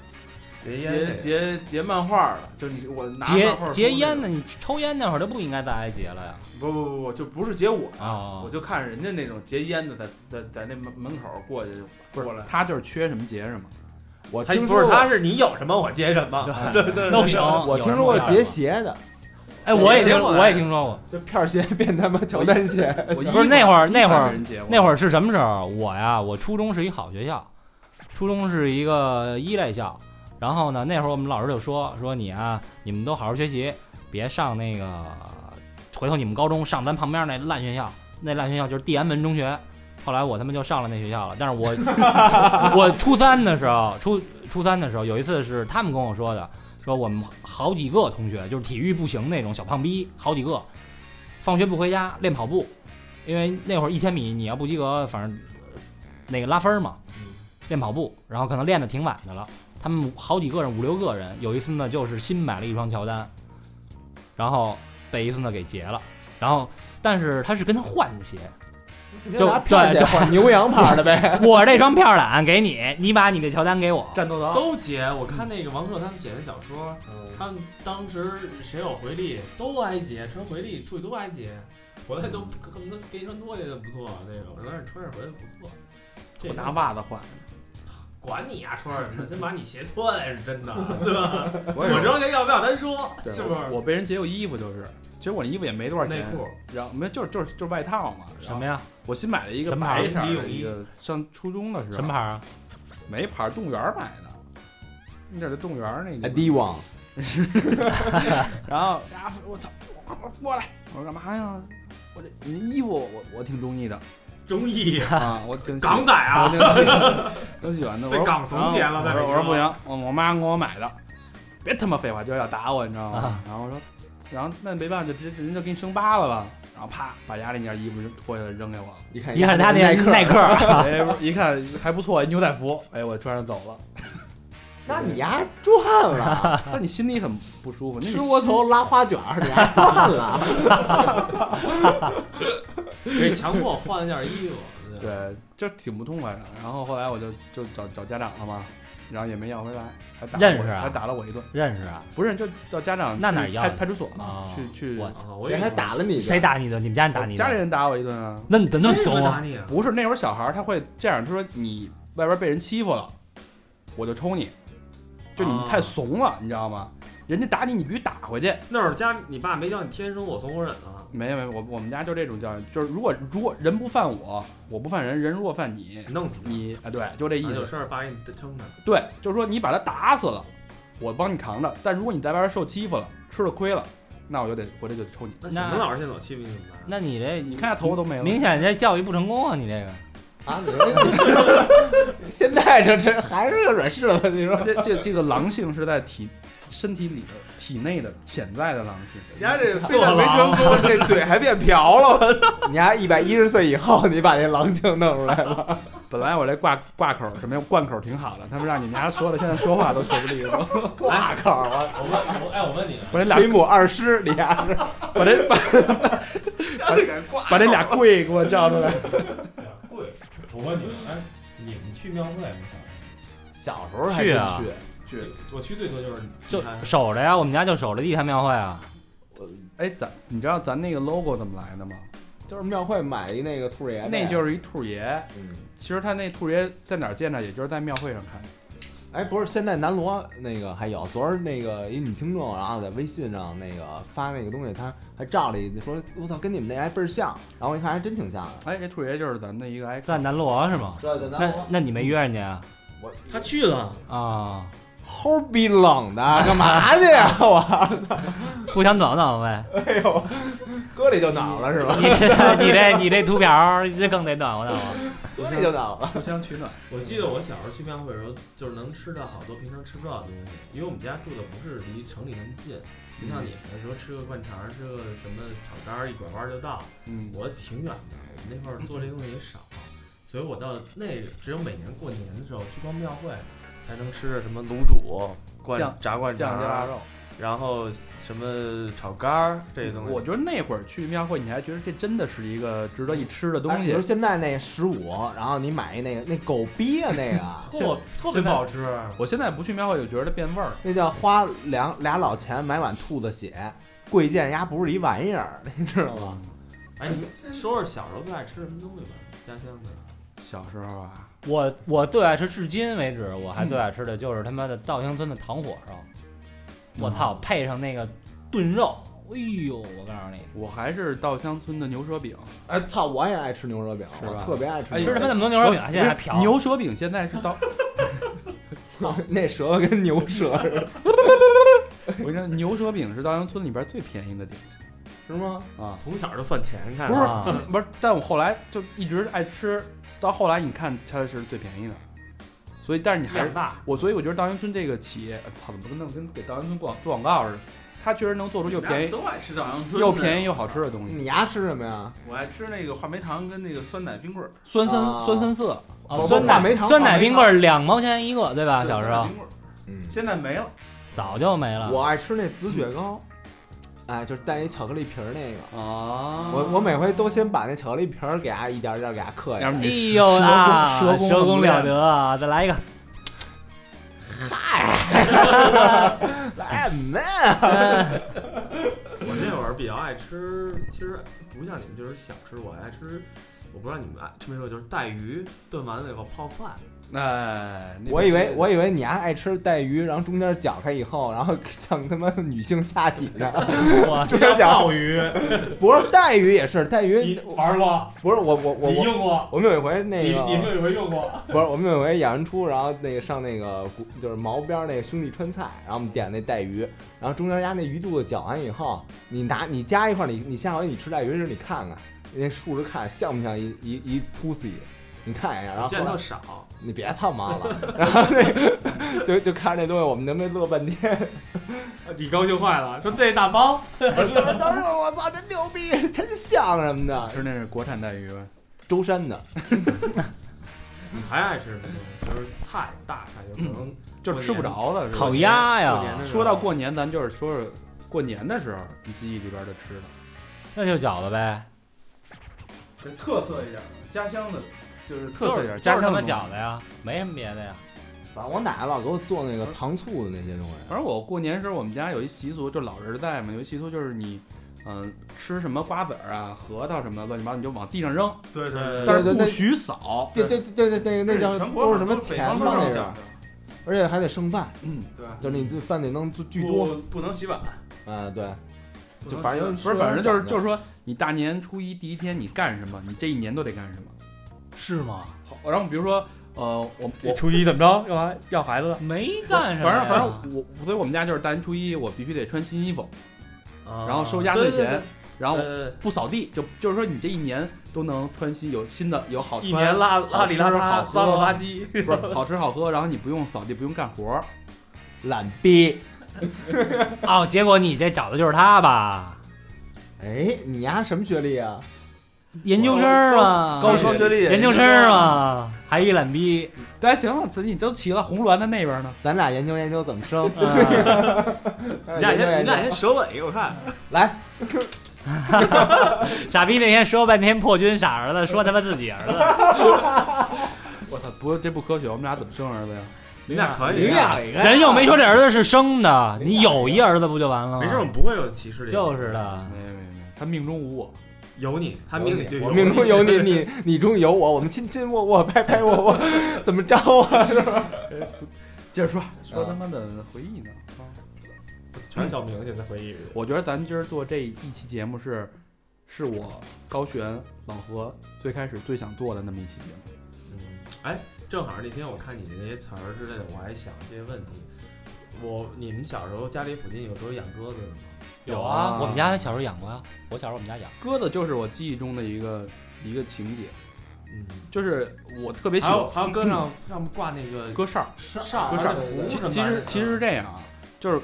Speaker 7: 劫
Speaker 6: 截
Speaker 7: 劫
Speaker 6: 截截漫画的，就是你我拿
Speaker 3: 劫
Speaker 6: 漫画书
Speaker 3: 劫
Speaker 6: 那
Speaker 3: 烟
Speaker 6: 种
Speaker 3: 的，，你抽烟那会儿都不应该再挨劫了呀。
Speaker 6: 不不不不，就不是截我的，
Speaker 3: 啊
Speaker 6: 我，就看人家那种截烟的在在在那门门口过去
Speaker 2: 不
Speaker 6: 过
Speaker 2: 是
Speaker 6: 来，，
Speaker 2: 他就是缺什么劫什么。
Speaker 4: 我
Speaker 7: 他
Speaker 4: 听
Speaker 7: 不
Speaker 4: 说
Speaker 7: 是
Speaker 4: 过
Speaker 7: 他是你有什么我劫什么，啊
Speaker 3: 对对，都行。
Speaker 4: 我
Speaker 3: 有
Speaker 4: 听
Speaker 3: 什么
Speaker 4: 说过
Speaker 3: 样儿
Speaker 4: 劫
Speaker 3: 吗。
Speaker 4: 鞋的，
Speaker 3: 哎，我也
Speaker 7: 劫
Speaker 3: 听，
Speaker 7: 过
Speaker 3: 我也听说过。
Speaker 4: 就片鞋 变他妈乔丹鞋。
Speaker 6: 我
Speaker 3: 不是那会儿那会儿那
Speaker 6: 儿
Speaker 3: 会儿是什么时候？啊我呀，我初中是一好学校，初中是一个一类校。然后呢，那会儿我们老师就说说你啊，你们都好好学习，别上那个，回头你们高中上咱旁边那烂学校，那烂学校就是地安门中学。后来我他妈就上了那学校了，但是我我初三的时候，初初三的时候有一次是他们跟我说的，说我们好几个同学就是体育不行那种小胖逼，好几个，放学不回家练跑步，因为那会儿一千米你要不及格，反正呃那个拉分儿嘛，练跑步，然后可能练得挺晚的了。他们好几个人，五六个人，有一次呢就是新买了一双乔丹，然后被一次呢给劫了，然后但是他是跟他换的 鞋，就
Speaker 4: 拿票
Speaker 3: 对
Speaker 4: 写换牛羊牌的呗。
Speaker 3: 我这双票胆给你，你把你的乔丹给我。
Speaker 2: 战斗的
Speaker 7: 都结。我看那个王朔他们写的小说， 他们当时谁有回力都挨劫，穿回力出去都挨劫，回来都恨不得给一双拖鞋就不错那种，但是穿上回来不错。这
Speaker 2: 我拿袜子换，
Speaker 7: 管你呀、穿上什么，先把你鞋脱了是真的，对吧？
Speaker 6: 我也
Speaker 7: 我
Speaker 6: 是
Speaker 7: 这双鞋要不要咱说，是不是？
Speaker 2: 我被人劫过衣服，就是，其实我那衣服也没多少钱，啊
Speaker 7: 内裤，
Speaker 2: 然后没有就是就是就是外套嘛。然后
Speaker 3: 什么呀？
Speaker 2: 我新买了一个
Speaker 3: 什么牌
Speaker 2: 白
Speaker 3: 儿
Speaker 2: 色
Speaker 7: 李
Speaker 2: 的
Speaker 7: 永一
Speaker 2: 一个，上初中的时候，
Speaker 3: 什么牌？儿啊？
Speaker 2: 没牌儿，动物园儿买的。那阵儿在动物园儿那
Speaker 3: 哎
Speaker 2: 个，
Speaker 4: D 哎王，
Speaker 2: 然后呀，我操，我过来，我说干嘛呀？我这你衣服我我挺中意的
Speaker 7: 中意
Speaker 2: 啊，我挺喜
Speaker 7: 港仔
Speaker 2: 我
Speaker 7: 啊，
Speaker 2: 挺喜欢，挺喜欢的。我
Speaker 7: 被
Speaker 2: 说
Speaker 7: 港怂劫了在
Speaker 2: 然后
Speaker 7: 北京啊
Speaker 2: 我说我说不行，我我妈给我买的，别他妈废话，就要打我，你知道吗
Speaker 3: 啊？
Speaker 2: 然后我说，然后那没办法，就直接人就给你生疤了吧。然后啪，把家那件衣服就脱下来扔给我了。
Speaker 4: 你看
Speaker 3: 你看他那
Speaker 4: 耐克，
Speaker 3: 耐克儿，
Speaker 2: 哎， 一看还不错，牛仔服，哎，我穿上走了。
Speaker 4: 那你丫赚了，
Speaker 2: 但你心里很不舒 服，那
Speaker 4: 吃
Speaker 2: 是
Speaker 4: 窝头拉花卷儿，你丫赚了。
Speaker 7: 被强迫换了件衣服。对
Speaker 2: 对，就挺不痛快的。然后后来我就就找找家长了嘛，然后也没要回来，还打了
Speaker 3: 认
Speaker 2: 我
Speaker 3: 识啊
Speaker 2: 还打了我一顿，
Speaker 3: 认识啊？
Speaker 2: 不是就到家长
Speaker 3: 那
Speaker 2: 去
Speaker 3: 哪要
Speaker 2: 派
Speaker 3: 的
Speaker 2: 派出所嘛，
Speaker 3: 啊，
Speaker 2: 去去
Speaker 3: 我
Speaker 7: 啊，我以
Speaker 4: 人
Speaker 7: 为
Speaker 4: 还打了你，
Speaker 3: 谁？打你的？你们家人打你的？
Speaker 2: 家里人打我一顿啊，
Speaker 3: 那你怎么那么
Speaker 7: 为什
Speaker 3: 怂
Speaker 7: 么打
Speaker 3: 啊？
Speaker 7: 你啊？
Speaker 2: 不是那会儿小孩儿他会这样，他说你外边被人欺负了，我就抽你，就你
Speaker 3: 哦
Speaker 7: 啊
Speaker 2: 太怂了，你知道吗？人家打你，你必须打回去。
Speaker 7: 那会儿家你爸没教你天生我怂我忍啊？
Speaker 2: 没有没有，我我们家就这种教育，就是如果如果人不犯我，我不犯人，人如果犯你，
Speaker 7: 弄死你！
Speaker 2: 你啊对，就这意
Speaker 7: 有
Speaker 3: 哎
Speaker 2: 思。
Speaker 7: 事儿爸给你撑着。
Speaker 2: 对，就是说你把他打死了，我帮你扛着；但如果你在外边受欺负了，吃了亏了，那我就得回来就得抽你。
Speaker 7: 那小明老师现在老欺负你怎么办？
Speaker 3: 那你这你
Speaker 2: 你看他头发都没了，
Speaker 3: 明显这教育不成功啊！你这个
Speaker 4: 啊！你说现在这这还是个软柿子，你 说
Speaker 2: 这这这个狼性是在体身体里的体内的潜在的狼性。
Speaker 6: 人家 这非但没
Speaker 7: 啊
Speaker 6: 成功，这嘴还变瓢了。
Speaker 4: 你丫一百一十岁以后，你把那狼性弄出来了，
Speaker 2: 本来我这挂挂口什么呀贯口挺好的，他们让你们家说的，现在说话都说不利 索。
Speaker 4: 挂口啊！
Speaker 7: 我问，我哎，我问你啊，
Speaker 2: 把这俩
Speaker 4: 水母二师，你丫是
Speaker 2: 把这 把
Speaker 6: 他这个挂
Speaker 2: 把这俩跪给我叫出来。
Speaker 7: 贵，我问你，哎，你们去庙会吗？
Speaker 4: 小时候还
Speaker 3: 去
Speaker 4: 真
Speaker 3: 啊
Speaker 4: 去，
Speaker 7: 去，我去最多就是
Speaker 3: 就
Speaker 7: 地摊
Speaker 3: 守着呀，我们家就守着地坛庙会啊。
Speaker 2: 哎，咱你知道咱那个 logo 怎么来的吗？
Speaker 4: 就是庙会买一那个兔爷，
Speaker 2: 那就是一兔爷。
Speaker 4: 嗯。
Speaker 2: 其实他那兔爷在哪儿见着，也就是在庙会上看见。
Speaker 4: 哎，不是，现在南锣那个还有，昨儿那个一女听众，然后在微信上那个发那个东西，她还照了一说，我操，跟你们那还倍儿像，然后我一看还真挺像的。
Speaker 2: 哎，这兔爷就是咱们的一个 icon。
Speaker 3: 在南锣是吗？
Speaker 4: 对，在
Speaker 3: 那那你没约人家啊
Speaker 4: 我
Speaker 7: 他去了，
Speaker 3: 啊？
Speaker 4: 齁逼冷的，干嘛去呀、 我
Speaker 3: 互相找找 呗。
Speaker 4: 哎呦，搁里就恼了是吧？
Speaker 3: 你这你这你这图表，这更得暖和暖和。
Speaker 4: 搁里就恼了。
Speaker 2: 互相取暖。
Speaker 7: 我记得我小时候去庙会的时候，就是能吃到好多平常吃不到的东西，因为我们家住的不是离城里那么近，不像你们那时候吃个灌肠，吃个什么炒肝儿，一拐弯儿就到。
Speaker 2: 嗯，
Speaker 7: 我挺远的，我们那会儿做这东西也少，所以我到那只有每年过年的时候去逛庙会，才能吃什么卤煮、灌
Speaker 2: 酱
Speaker 7: 炸灌
Speaker 2: 酱鸡腊
Speaker 7: 肠，
Speaker 2: 肉。
Speaker 7: 然后什么炒肝儿这些东西。
Speaker 2: 我觉得那会儿去庙会，你还觉得这真的是一个值得一吃的
Speaker 4: 哎
Speaker 2: 东
Speaker 4: 比
Speaker 2: 西
Speaker 4: 如。现在那十五，然后你买一那个那狗逼啊那个，
Speaker 7: 特特别不好吃，
Speaker 2: 我现在不去庙会，就觉得变味儿。
Speaker 4: 那叫花两俩老钱买碗兔子血，贵贱丫不是一玩意儿，你知道吗？
Speaker 7: 哎，你说说小时候最爱吃什么东西吧，家乡的。
Speaker 2: 小时候啊，
Speaker 3: 我我最爱吃，至今为止我还最爱吃的就是他妈的稻香村的糖火烧，我
Speaker 2: 嗯
Speaker 3: 操，配上那个炖肉，哎呦，我告诉你，
Speaker 2: 我还是稻香村的牛舌饼。
Speaker 4: 哎，操，我也爱吃牛舌饼，
Speaker 2: 是
Speaker 4: 我
Speaker 2: 吧
Speaker 4: 特别爱吃
Speaker 2: 哎
Speaker 4: 牛
Speaker 3: 吃
Speaker 4: 舌
Speaker 3: 他妈那
Speaker 4: 饼。
Speaker 3: 么多牛肉饼，现在还
Speaker 2: 不是
Speaker 3: 嫖。
Speaker 2: 牛舌饼现在是稻，
Speaker 4: 那舌头跟牛舌似的，
Speaker 2: 我跟你说，牛舌饼是稻香村里边最便宜的点心
Speaker 4: 是吗？
Speaker 2: 啊。
Speaker 7: 从小就算钱看
Speaker 2: 不是
Speaker 3: 啊
Speaker 2: 不是，但我后来就一直爱吃，到后来你看它是最便宜的。所以，但是你还是
Speaker 7: 量大，
Speaker 2: 我，所以我觉得稻香村这个企业，呃操，怎么跟弄跟给稻香村广做广告似的？它确实能做出又便宜
Speaker 6: 都爱吃稻香村，
Speaker 2: 又便宜又好吃。的
Speaker 7: 嗯
Speaker 2: 东西，
Speaker 4: 你牙吃什么呀？
Speaker 6: 啊我爱吃那个话梅糖跟那个酸奶冰棍儿，
Speaker 2: 酸三
Speaker 4: 啊
Speaker 2: 酸三色，
Speaker 4: 不
Speaker 3: 哦，酸
Speaker 4: 话梅
Speaker 3: 奶
Speaker 4: 糖
Speaker 3: 酸
Speaker 4: 话
Speaker 3: 奶
Speaker 4: 梅
Speaker 3: 冰
Speaker 4: 糖
Speaker 3: 棍儿两毛钱一个，对吧？
Speaker 6: 对
Speaker 3: 小时
Speaker 6: 酸奶
Speaker 3: 候
Speaker 6: 冰棍儿
Speaker 4: 嗯，
Speaker 6: 现在没了。
Speaker 3: 早就没
Speaker 7: 嗯
Speaker 3: 了。
Speaker 4: 我爱吃那紫雪糕，哎，就是带一巧克力皮儿那个。
Speaker 7: 哦
Speaker 2: 啊
Speaker 4: 我我每回都先把那巧克力皮儿给它一点儿一点儿给它刻下
Speaker 2: 要不
Speaker 4: 来。
Speaker 3: 哎
Speaker 2: 你
Speaker 3: 呦
Speaker 4: 舌
Speaker 3: 啊，
Speaker 4: 舌功
Speaker 3: 舌功
Speaker 4: 了
Speaker 3: 了得啊！再来一个，
Speaker 4: 来，man，
Speaker 7: 我那会儿比较爱吃，其实不像你们就是想吃，我爱吃，我不知道你们爱吃没吃过，就是带鱼炖完了以后泡饭，
Speaker 2: 哎，那个
Speaker 4: 我以为我以为你还爱吃带鱼，然后中间搅开以后，然后像他妈女性下体 呢。
Speaker 3: 我
Speaker 4: 中间搅，
Speaker 7: 鲍鱼，
Speaker 4: 不是带鱼也是带鱼，
Speaker 7: 玩过，
Speaker 4: 不是我我我我。
Speaker 7: 用过，
Speaker 4: 我们有一回那个，
Speaker 7: 有一回用过，
Speaker 4: 不是我们有一回演完出，然后那个上那个古就是毛边儿那兄弟川菜，然后我们点那带鱼，然后中间压那鱼肚子搅完以后，你拿你夹一块儿，你你下回你吃带鱼的时候你看看那竖着看像不像一一一 pussy，你看一下，然后后
Speaker 7: 见
Speaker 4: 来
Speaker 7: 特少，
Speaker 4: 你别他妈了，然后那个 就就看这东西，我们能被乐半天。
Speaker 7: 你高兴坏了，说这大包，
Speaker 4: 当时当时我操，真牛逼，真像什么的，
Speaker 2: 吃那是国产带鱼吧？
Speaker 4: 舟山的，
Speaker 7: 你还爱吃什么？就是菜大菜，有可能
Speaker 2: 就是吃不着的，是吧
Speaker 3: 烤鸭
Speaker 7: 过年
Speaker 3: 呀，
Speaker 7: 的时候
Speaker 2: 说到过年，咱就是说说过年的时候，你记忆里边的吃的。
Speaker 3: 那就饺子呗，
Speaker 6: 这特色一点儿的，家乡的，就是特
Speaker 2: 特
Speaker 6: 色
Speaker 2: 色
Speaker 6: 一
Speaker 2: 一
Speaker 6: 点
Speaker 2: 点
Speaker 6: 儿。
Speaker 2: 儿
Speaker 3: 就
Speaker 2: 家
Speaker 3: 是他
Speaker 2: 乡
Speaker 3: 妈
Speaker 2: 的
Speaker 3: 饺子呀，没什么别的呀。
Speaker 4: 反正我奶奶老给我做那个糖醋的那些东西。
Speaker 2: 反正我过年时候，我们家有一习俗，就老人在嘛，有一习俗就是你，嗯、吃什么瓜子儿啊、核桃什么的乱七八糟，你就往地上扔，
Speaker 6: 对对
Speaker 4: 对
Speaker 2: 但
Speaker 6: 对，
Speaker 2: 是
Speaker 4: 对
Speaker 2: 不
Speaker 4: 对
Speaker 2: 许扫。
Speaker 4: 对对对对对，那叫
Speaker 6: 全
Speaker 4: 都
Speaker 6: 国
Speaker 4: 是什么
Speaker 6: 北
Speaker 4: 钱
Speaker 6: 方
Speaker 4: 吗？
Speaker 6: 都是
Speaker 4: 那
Speaker 6: 这
Speaker 4: 是
Speaker 6: 样，的，
Speaker 4: 而且还得剩饭，
Speaker 2: 嗯，
Speaker 6: 对，
Speaker 4: 就是你这饭得能巨巨
Speaker 6: 不
Speaker 4: 多。
Speaker 6: 不能洗碗，
Speaker 4: 啊，对，
Speaker 6: 不
Speaker 4: 就
Speaker 6: 能
Speaker 4: 反正
Speaker 6: 洗碗
Speaker 2: 不是，反正就是就是说，你大年初一第一天你干什么，你这一年都得干什么。
Speaker 3: 是吗？
Speaker 2: 好，然后比如说，呃，我我
Speaker 7: 初一怎么着？干嘛要孩子了？
Speaker 3: 没干什么
Speaker 2: 反
Speaker 3: 呀。
Speaker 2: 正反正我，所以我们家就是大年初一我必须得穿新衣服，
Speaker 7: 然
Speaker 2: 然后收压岁钱，然后
Speaker 7: 啊对呃
Speaker 2: 我
Speaker 7: 对对
Speaker 2: 不扫地，就就是说你这一年都能穿新有新的有 好
Speaker 7: 一
Speaker 2: 穿
Speaker 7: 年拉
Speaker 2: 好
Speaker 7: 拉
Speaker 2: 吃
Speaker 7: 里拉
Speaker 2: 好
Speaker 7: 遢，
Speaker 2: 喝
Speaker 7: 脏了吧唧，
Speaker 2: 不是好吃好喝，然后你不用扫地，不用干活儿。
Speaker 4: 懒逼。
Speaker 3: 哦，结果你这找的就是他吧？
Speaker 4: 哎，你丫什么学历啊？
Speaker 3: 研究生儿嘛，
Speaker 6: 高双学历，
Speaker 3: 研究生啊儿嘛，还一懒逼。
Speaker 2: 大家行了，自己都齐了，红鸾在那边呢。
Speaker 4: 咱俩研究研究怎么生。
Speaker 3: 嗯
Speaker 4: 你
Speaker 7: 你俩先你俩先舌吻一个，我看
Speaker 4: 来，
Speaker 3: 傻逼那天说半天破军傻儿子，说他妈自己儿子，
Speaker 2: 我操，不过这不科学，我们俩怎么生儿子呀？
Speaker 7: 你俩可以
Speaker 4: 领
Speaker 7: 啊，
Speaker 4: 养一个。
Speaker 3: 人又没说这儿子是生的，你有一儿子不就完了吗？
Speaker 7: 没事，我们不会有歧视的，
Speaker 3: 就是的。
Speaker 2: 没没没，他命中无我。
Speaker 7: 有你，他命里就
Speaker 4: 我
Speaker 7: 啊有
Speaker 4: 命中
Speaker 7: 你
Speaker 4: 有你， 你你中有我，我们亲亲我我，拍拍我我，怎么着啊？
Speaker 2: 接着说，说
Speaker 4: 啊
Speaker 2: 他妈的回忆呢。啊
Speaker 7: 全是小明现在回忆里。
Speaker 2: 我觉得咱今儿做这一期节目是，是我高璇老何最开始最想做的那么一期节目。
Speaker 7: 嗯，哎，正好那天我看你的那些词儿之类的，我还想这些问题。我你们小时候家里附近有时候养鸽子的吗？
Speaker 2: 有啊
Speaker 3: 我们家小时候养过呀，我小时候我们家养。
Speaker 2: 鸽子就是我记忆中的一个一个情节，
Speaker 7: 嗯，
Speaker 2: 就是我特别喜
Speaker 7: 还有
Speaker 2: 欢
Speaker 7: 还有鸽上上挂那个
Speaker 2: 鸽哨儿。
Speaker 7: 上
Speaker 2: 鸽
Speaker 7: 上
Speaker 2: 哨
Speaker 7: 壶
Speaker 2: 其
Speaker 7: 什么
Speaker 2: 其
Speaker 7: 玩意
Speaker 2: 实
Speaker 7: 儿嗯
Speaker 2: 其实是这样啊，嗯就是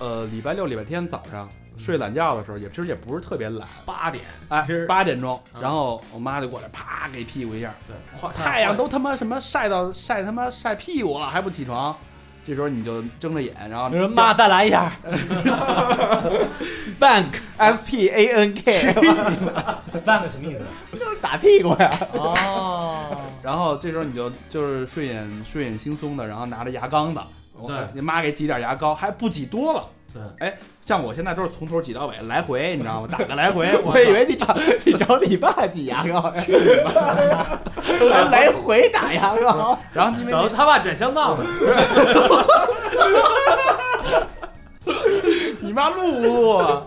Speaker 2: 呃礼拜六礼拜天早上睡懒觉的时候，也其实也不是特别懒，
Speaker 7: 八点
Speaker 2: 哎
Speaker 7: 其实，
Speaker 2: 八点钟，
Speaker 7: 啊
Speaker 2: 然后我妈就过来，啪给屁股一下，
Speaker 7: 对， 画
Speaker 2: 太阳都他妈什么晒到晒他妈晒屁股了还不起床，这时候你就睁着眼，然后
Speaker 3: 你说妈再来一下，
Speaker 4: spank s p a n k
Speaker 3: 半个什么意思？
Speaker 4: 就是 打屁股呀。
Speaker 3: 哦，
Speaker 2: 然后这时候你就就是睡眼睡眼惺忪的，然后拿着牙缸子，我
Speaker 7: 对
Speaker 2: 你妈给挤点牙膏，还不挤多了。
Speaker 7: 对，
Speaker 2: 哎，像我现在都是从头挤到尾，来回，你知道吗？打个来回，
Speaker 4: 我以为你找你找你爸挤牙膏呀，还 来回打牙膏。
Speaker 2: 然后因为哦
Speaker 7: 找他爸捡香皂呢，
Speaker 2: 你妈录不录啊？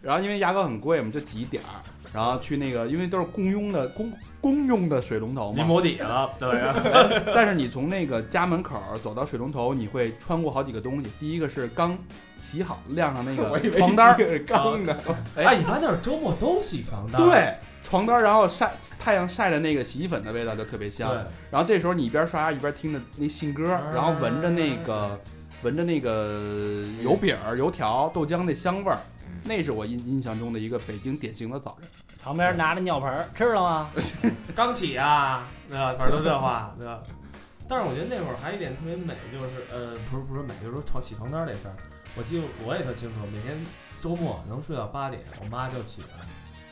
Speaker 2: 然后因为牙膏很贵嘛，就挤一点儿，然后去那个，因为都是公用的公公用的水龙头
Speaker 7: 你
Speaker 2: 嘛。
Speaker 7: 摸底了，对啊呀，
Speaker 2: 但是你从那个家门口儿走到水龙头，你会穿过好几个东西。第一个是刚洗好晾上那个床单儿，
Speaker 4: 是刚的，
Speaker 7: 哎，一般就是周末都洗床单，
Speaker 2: 对，床单儿，然后晒太阳晒着那个洗衣粉的味道就特别香。
Speaker 7: 对，
Speaker 2: 然后这时候你一边刷牙一边听着那信鸽儿，然后闻着那个闻着那个油饼儿、油条、豆浆那香味儿，那是我印印象中的一个北京典型的早晨。
Speaker 3: 旁边拿着尿盆儿，吃了 吗？
Speaker 7: 刚起啊，对吧？反正都这话，对吧？但是我觉得那会儿还有一点特别美，就是呃，不是不是美，就是说床洗床单儿这事儿，我记得我也特清楚，每天周末能睡到八点，我妈就起来了。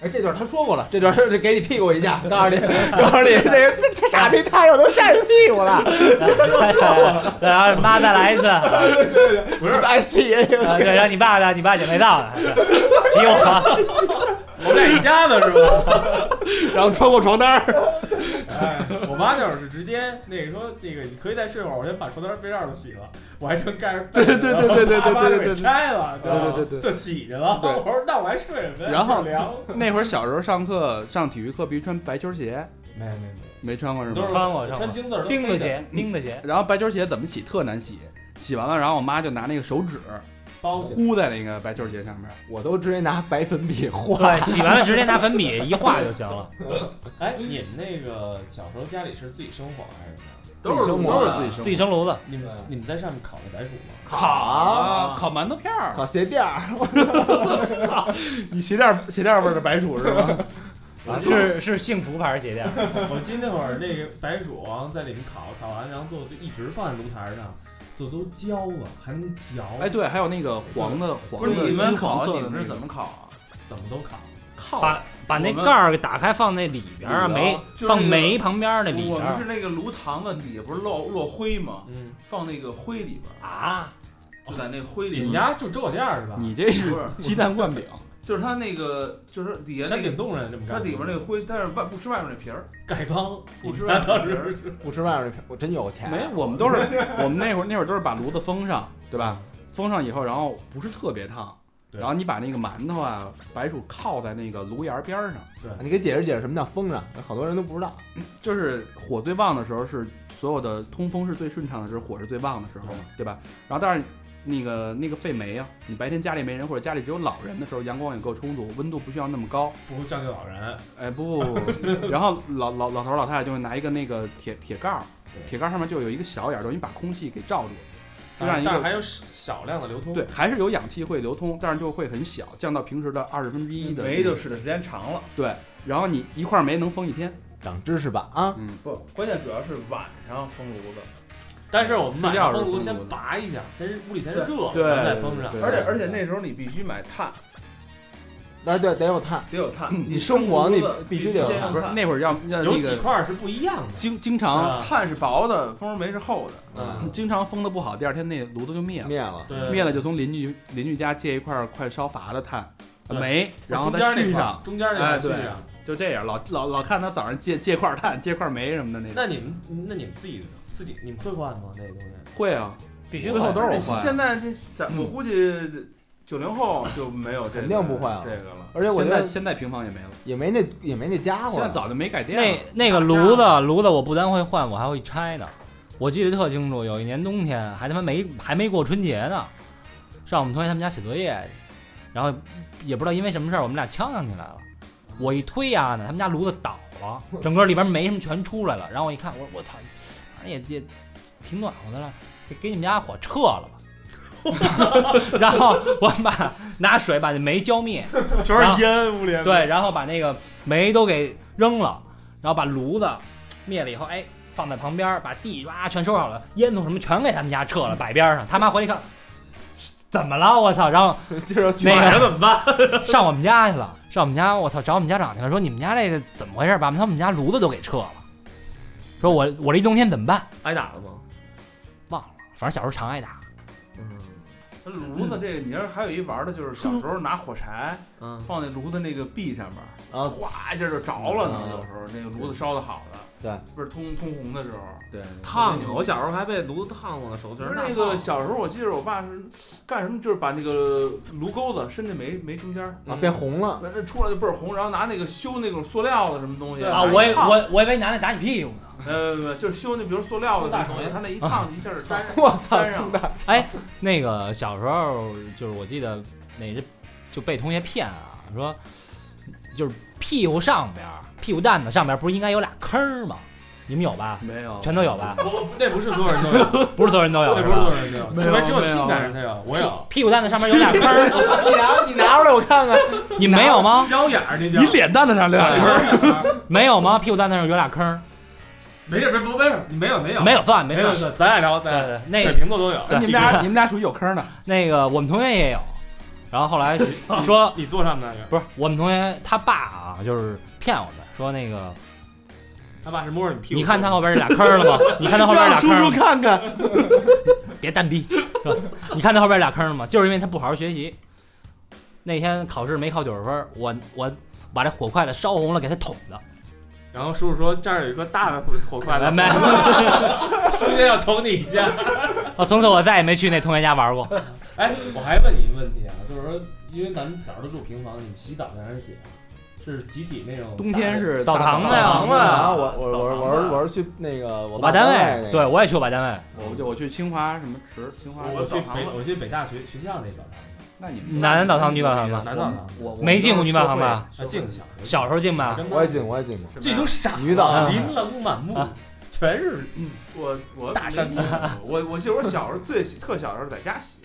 Speaker 4: 哎，这段他说过了，这段是给你屁股一下，告诉你，告诉你，那个这傻逼太阳能晒着屁股了，
Speaker 3: 然后妈再来一次，啊
Speaker 4: 不是 S P A，
Speaker 3: 对，然后你爸呢？你爸姐没到呢，是急我。
Speaker 7: 我在你家呢是吧？
Speaker 4: 然后穿过床单儿，
Speaker 7: 哎，我妈就是直接那个说那个你可以再睡会儿，我先把床单被罩都洗了，我还正盖着被子呢，
Speaker 2: 对对对对对
Speaker 7: 把把
Speaker 2: 对对
Speaker 7: 把给
Speaker 2: 对
Speaker 7: 拆了，知道吗
Speaker 2: 对对对
Speaker 7: 就洗去了。
Speaker 2: 对
Speaker 7: 我说那我还睡什么呀？
Speaker 2: 然后
Speaker 7: 就凉，
Speaker 2: 那会儿小时候上课上体育课必须穿白球鞋，
Speaker 7: 没有没有没
Speaker 2: 没穿过是
Speaker 7: 有，都
Speaker 2: 吗？
Speaker 7: 是
Speaker 3: 穿过穿过
Speaker 7: 穿金字儿都
Speaker 3: 钉
Speaker 7: 黑
Speaker 3: 子鞋，钉子鞋，
Speaker 2: 然后白球鞋怎么洗特难洗，洗完了然后我妈就拿那个手指
Speaker 7: 包起来
Speaker 2: 糊在那个白球鞋上面。
Speaker 4: 我都直接拿白粉笔画，
Speaker 3: 对，洗完了直接拿粉笔一画就行了。
Speaker 7: 哎，你们那个小时候家里是自己生火还是什么呀？
Speaker 6: 都是
Speaker 4: 自己生活
Speaker 6: 都是
Speaker 4: 的
Speaker 6: 自己
Speaker 2: 啊
Speaker 6: 生
Speaker 3: 自己生炉子，
Speaker 7: 你们你们在上面烤那白薯吗？
Speaker 4: 烤啊
Speaker 2: 烤馒头片儿，
Speaker 4: 烤鞋垫儿，
Speaker 2: 你鞋垫儿鞋垫儿味儿的白薯是吗？
Speaker 3: 是是幸福牌鞋垫，
Speaker 7: 我记得那会儿那个白薯然后在里面烤，烤完然后最后就一直放在炉台上，就都焦了，还能嚼。 啊
Speaker 2: 哎，对，还有那个黄的
Speaker 6: 不
Speaker 2: 黄
Speaker 6: 是
Speaker 2: 的
Speaker 6: 你们
Speaker 2: 金黄
Speaker 6: 烤，
Speaker 2: 色
Speaker 6: 你
Speaker 2: 的
Speaker 6: 们
Speaker 2: 那
Speaker 6: 是
Speaker 2: 个
Speaker 6: 怎么烤啊？
Speaker 7: 怎么都烤。啊
Speaker 3: 把把那
Speaker 6: 我们
Speaker 3: 盖儿给打开放那里边儿，啊
Speaker 6: 里头
Speaker 3: 煤
Speaker 6: 就是
Speaker 3: 放
Speaker 6: 那个
Speaker 3: 煤旁边儿那里
Speaker 6: 我
Speaker 3: 边
Speaker 6: 们
Speaker 2: 啊
Speaker 3: 儿
Speaker 6: 是那个炉膛子底下不是落落灰吗？
Speaker 7: 嗯
Speaker 6: 放那个灰里边儿，
Speaker 3: 啊？
Speaker 6: 就在那个灰里
Speaker 7: 你
Speaker 6: 边
Speaker 7: 们
Speaker 6: 儿。
Speaker 7: 家住周小店儿是吧？
Speaker 2: 你这
Speaker 6: 不
Speaker 2: 是
Speaker 6: 是，
Speaker 2: 鸡蛋灌饼，
Speaker 6: 就是它那个，就是底下
Speaker 7: 山
Speaker 6: 那
Speaker 7: 顶
Speaker 6: 个，
Speaker 7: 洞人这么干
Speaker 6: 它
Speaker 7: 的。
Speaker 6: 里边那个灰，但是外不吃外面那皮儿，
Speaker 7: 盖缸，
Speaker 6: 不吃
Speaker 7: 你
Speaker 6: 外面
Speaker 7: 们家
Speaker 6: 那
Speaker 7: 当
Speaker 6: 皮儿
Speaker 7: 时。
Speaker 4: 不吃外面的，我真有钱，
Speaker 2: 没，我们都是 我们那会儿那会儿都是把炉子封上，对吧？封上以后，然后不是特别烫，
Speaker 7: 对
Speaker 2: 然后你把那个馒头啊、白薯靠在那个炉沿边儿上，
Speaker 4: 你给解释解释什么叫风筝，好多人都不知道，
Speaker 2: 就是火最旺的时候是所有的通风是最顺畅的时候，火是最旺的时候嘛，对吧？然后但是那个那个废煤啊，你白天家里没人或者家里只有老人的时候，阳光也够充足，温度不需要那么高，
Speaker 7: 不如像个老人，
Speaker 2: 哎，不不不不， 然后老老老头儿老太太就会拿一个那个铁铁盖儿，
Speaker 7: 对
Speaker 2: 铁盖儿上面就有一个小眼儿，等于把空气给罩住了，就让
Speaker 7: 但
Speaker 2: 一
Speaker 7: 是
Speaker 2: 个
Speaker 7: 还有少量的流通。
Speaker 2: 对，，还是有氧气会流通，但是就会很小，降到平时的二十分之一的。
Speaker 6: 没就是的时间长了，
Speaker 2: 对，然后你一块煤能封一天，
Speaker 4: 长知识吧啊，
Speaker 2: 嗯，
Speaker 6: 不，关键主要是晚上封炉子，
Speaker 7: 但是我们买
Speaker 2: 睡觉
Speaker 7: 的
Speaker 2: 是
Speaker 7: 风炉
Speaker 2: 风
Speaker 7: 先
Speaker 2: 炉的
Speaker 7: 拔一下，先屋里先热，
Speaker 2: 对
Speaker 7: 然后再封上
Speaker 2: 对。
Speaker 6: 而且
Speaker 2: 对
Speaker 6: 而且那时候你必须买炭，
Speaker 4: 啊对，得有碳，
Speaker 6: 得有炭，
Speaker 2: 嗯
Speaker 4: 你
Speaker 6: 生
Speaker 4: 生活
Speaker 6: 炉
Speaker 4: 你
Speaker 6: 子
Speaker 4: 必
Speaker 6: 必
Speaker 4: 须得有
Speaker 6: 先
Speaker 4: 炭
Speaker 6: 用
Speaker 2: 不是
Speaker 6: 炭，
Speaker 2: 那会儿要要
Speaker 7: 有
Speaker 2: 那
Speaker 7: 几
Speaker 2: 个
Speaker 7: 块儿是不一样的。
Speaker 2: 经经常
Speaker 7: 啊
Speaker 6: 炭是薄的，蜂窝煤是厚的，
Speaker 7: 嗯，
Speaker 2: 经常封的不好，第二天那炉子就灭了，
Speaker 4: 灭了，
Speaker 7: 对，
Speaker 2: 灭了就从邻居邻居家借一块儿快烧乏的炭
Speaker 7: 对
Speaker 2: 煤，然后
Speaker 7: 中间
Speaker 2: 再
Speaker 7: 那
Speaker 2: 续
Speaker 7: 块儿
Speaker 2: 上，
Speaker 7: 中间那块
Speaker 2: 哎
Speaker 7: 儿续
Speaker 2: 对
Speaker 7: 上。
Speaker 2: 就这样，老老老看他早上借借块儿炭、借块儿煤什么的那种。
Speaker 7: 那你们那你们自己自己你们会换吗？那个东西
Speaker 2: 会啊，
Speaker 3: 必须
Speaker 2: 最后都是我换。
Speaker 6: 现在这咱我估计九零后就没有这个
Speaker 4: 嗯肯定不会啊
Speaker 6: 这个了。
Speaker 4: 而且我
Speaker 2: 现
Speaker 4: 觉
Speaker 2: 在
Speaker 4: 得
Speaker 2: 现在平房也没了，
Speaker 4: 也没那也没那家伙
Speaker 2: 现
Speaker 4: 了，
Speaker 2: 在早就没改电
Speaker 3: 那
Speaker 6: 啊
Speaker 2: 了。
Speaker 3: 那个炉子，炉子我不单会换，我还会拆呢。我记得特清楚，有一年冬天还他妈没还没过春节呢，上我们同学他们家写作业，然后也不知道因为什么事儿，我们俩呛呛起来了。我一推呀、呢，他们家炉子倒了，整个里边没什么全出来了。然后我一看，我说我操，反正也也挺暖和的了，给给你们家火撤了吧。 然后我把拿水把那煤浇灭，
Speaker 7: 全
Speaker 3: 是
Speaker 7: 烟，屋里
Speaker 3: 对，然后把那个煤都给扔了，然后把炉子灭了以后，哎，放在旁边儿，把地哇全收拾好了，烟囱什么全给他们家撤了，摆边儿上。他妈回去看，怎么了？我操！然后
Speaker 4: 接着去
Speaker 3: 那
Speaker 7: 晚
Speaker 3: 个
Speaker 7: 上怎么办？
Speaker 3: 上我们家去了，上我们家，我操，找我们家长去了，说你们家这个怎么回事？把他们家炉子都给撤了，说我我这一冬天怎么办？
Speaker 7: 挨打了吗？
Speaker 3: 忘了，反正小时候常挨打。
Speaker 7: 嗯
Speaker 6: 炉子这个，你要是还有一玩的，就是小时候拿火柴
Speaker 7: 嗯，
Speaker 6: 放在炉子那个壁上面，
Speaker 4: 啊，
Speaker 6: 哗一下就着了呢。
Speaker 4: 嗯
Speaker 6: 有时候那个炉子烧的好的，
Speaker 4: 对，
Speaker 6: 不是通通红的时候。
Speaker 2: 对，
Speaker 7: 烫过，我小时候还被炉子烫过呢，手
Speaker 6: 就
Speaker 7: 就是是
Speaker 6: 那个小时候，我记得我爸是干什么，就是把那个炉钩子伸进煤煤中间儿，
Speaker 2: 嗯
Speaker 4: 啊变红了。
Speaker 6: 完这出来就倍儿红，然后拿那个修那种塑料的什么东西
Speaker 7: 对
Speaker 3: 啊，
Speaker 6: 拿一
Speaker 3: 我以
Speaker 6: 烫
Speaker 3: 我我以为拿那打你屁股呢。
Speaker 6: 呃不不就是修那比如塑料的那种东西，它那一
Speaker 7: 啊
Speaker 6: 烫一下就粘上。
Speaker 4: 我操！
Speaker 6: 粘上了，
Speaker 3: 那个小时候就是我记得那就被同学骗啊，说就是屁股上边儿，屁股蛋子上边儿不是应该有俩坑儿吗？你们有吧？
Speaker 2: 没有，
Speaker 3: 全都有吧？
Speaker 7: 我那不是所有人都有，
Speaker 3: 不是所有人都有
Speaker 7: 那
Speaker 3: 是
Speaker 7: 不是所
Speaker 3: 吧？
Speaker 7: 有人都有，
Speaker 2: 没
Speaker 7: 这
Speaker 2: 有
Speaker 7: 边只有
Speaker 2: 没有
Speaker 7: 性感人才有，我有。
Speaker 3: 屁股蛋子上面有俩坑儿，
Speaker 4: 你拿你拿出来我看看。
Speaker 3: 你没有吗？
Speaker 7: 腰眼儿那叫
Speaker 2: 你脸蛋子上亮
Speaker 7: 腰眼儿，
Speaker 3: 没有吗？屁股蛋子上有俩坑儿，
Speaker 7: 没事，别不没事，没有没有
Speaker 3: 没有算没
Speaker 7: 没有，
Speaker 3: 算。
Speaker 7: 算咱俩聊，咱
Speaker 3: 对
Speaker 7: 俩
Speaker 3: 对，那
Speaker 7: 水瓶座都有。
Speaker 3: 对
Speaker 2: 你们俩你们俩属于有坑的，
Speaker 3: 那个我们同学也有，然后 后来说
Speaker 7: 你坐上面那个，
Speaker 3: 不是我们同学他爸啊，就是骗我们说那个，
Speaker 7: 他爸是摸着你屁股，
Speaker 3: 你看他后边这俩坑儿了吗？ 你看他后边这俩
Speaker 4: 让
Speaker 3: 坑
Speaker 4: 叔
Speaker 3: 儿了
Speaker 4: 叔
Speaker 3: 吗，
Speaker 4: 看看，
Speaker 3: 别蛋逼，是吧？你看他后边这俩坑儿了吗？就是因为他不好好学习，那天考试没考九十分儿，我我把这火筷子烧红了给他捅的，
Speaker 7: 然后叔叔说这儿有一颗大的火筷
Speaker 3: 没
Speaker 7: 子，
Speaker 3: 没，
Speaker 7: 瞬间要捅你一下。
Speaker 3: 我从此我再也没去那同学家玩过。
Speaker 7: 哎，我还问你一个问题啊，就是说，因为咱们小时候住平房，你们洗澡在哪儿洗啊？是集体那种？
Speaker 2: 冬天
Speaker 7: 哎
Speaker 2: 是
Speaker 3: 澡堂子呀
Speaker 7: 澡堂子
Speaker 4: 然
Speaker 7: 啊
Speaker 4: 后我我我我是我是去那个我
Speaker 3: 我爸
Speaker 4: 单
Speaker 3: 单位，
Speaker 4: 那个
Speaker 3: 对我也去我爸单位，
Speaker 2: 我就我去清华什么池，清华
Speaker 7: 我去
Speaker 2: 澡堂
Speaker 7: 北
Speaker 2: 子，
Speaker 7: 我去北大学学校那澡堂
Speaker 2: 那你们
Speaker 3: 男澡堂女澡堂
Speaker 7: 子，
Speaker 3: 吧，
Speaker 7: 男澡堂子，
Speaker 6: 我我
Speaker 3: 没进过女澡堂吧？
Speaker 7: 啊，净小
Speaker 3: 小啊时候进吧，
Speaker 4: 我也进我也进过，
Speaker 7: 这都傻
Speaker 4: 女澡
Speaker 7: 了，
Speaker 4: 堂啊
Speaker 7: 琳琅满目，
Speaker 3: 啊
Speaker 7: 全是
Speaker 9: 我我
Speaker 7: 大山
Speaker 9: 山，我我记得我小时候最喜特小的时候在家洗，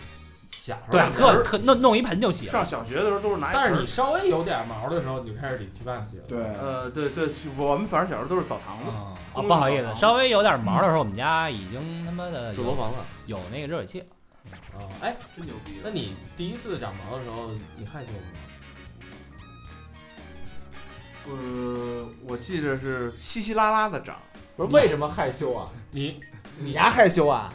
Speaker 7: 小时候
Speaker 3: 对
Speaker 7: 大，盆
Speaker 3: 特
Speaker 7: 儿。
Speaker 3: 特弄弄一盆就洗了
Speaker 9: 上。小学的时候都是拿一盆儿。
Speaker 7: 但是你稍微有点毛的时候，你就开始得去外面洗
Speaker 2: 嗯
Speaker 7: 了。
Speaker 6: 对，
Speaker 9: 呃，对对，去我们反正小时候都是澡堂子，
Speaker 7: 啊，
Speaker 3: 啊，不好意思，稍微有点毛的时候，我们家已经他妈的
Speaker 7: 住楼
Speaker 3: 有
Speaker 7: 房了。
Speaker 3: 有那个热水器了。
Speaker 7: 啊，哎，
Speaker 9: 真牛逼。
Speaker 7: 那你第一次长毛的时候，你害羞吗？
Speaker 9: 呃，我记着是稀稀拉拉的长，
Speaker 4: 不是为什么害羞啊？
Speaker 7: 你
Speaker 4: 你丫害羞啊？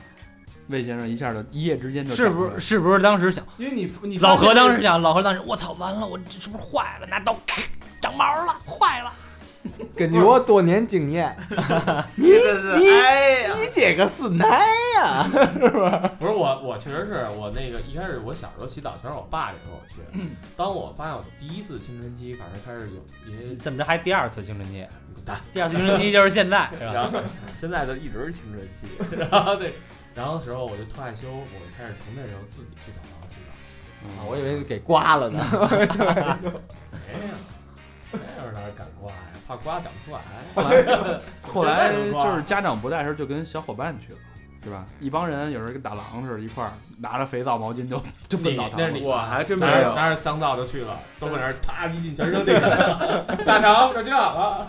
Speaker 2: 魏先生一下就一夜之间就是
Speaker 3: 不是是不是当时想
Speaker 9: 因为你你
Speaker 3: 老何当
Speaker 9: 时
Speaker 3: 时想老何当时我操完了我这是不是坏了拿刀长毛了坏了
Speaker 4: 根据我多年经验，你你
Speaker 9: 哎呀，
Speaker 4: 你这个是男呀？
Speaker 7: 不是我，我确实是我那个一开始我小时候洗澡全是我爸领着我去。
Speaker 2: 嗯
Speaker 7: 当我发现我第一次青春期，反正开始有因为
Speaker 3: 呃怎么着还第二次青春期
Speaker 2: 嗯
Speaker 7: 你滚蛋，
Speaker 3: 第二次青春期就是现在是吧
Speaker 7: 然后现在就一直是青春期，然后对，然后时候我就特害羞，我就开始从那时候自己去澡堂洗澡。
Speaker 2: 啊
Speaker 4: 我以为给刮了呢。
Speaker 7: 没有，没有哪敢刮呀，怕刮长不出来。
Speaker 2: 后来
Speaker 7: 现在能
Speaker 2: 就是
Speaker 7: 刮
Speaker 2: 家长不在的时候，就跟小伙伴去了，是吧？一帮人有时候跟打狼似的，一块儿拿着肥皂、毛巾就 就奔
Speaker 7: 你
Speaker 2: 澡堂
Speaker 7: 那是
Speaker 2: 了。
Speaker 7: 你
Speaker 9: 我还真没
Speaker 7: 拿着
Speaker 9: 有。
Speaker 7: 拿着香皂就去了，都搁那儿啪一进全扔地上， 大肠就这样了。啊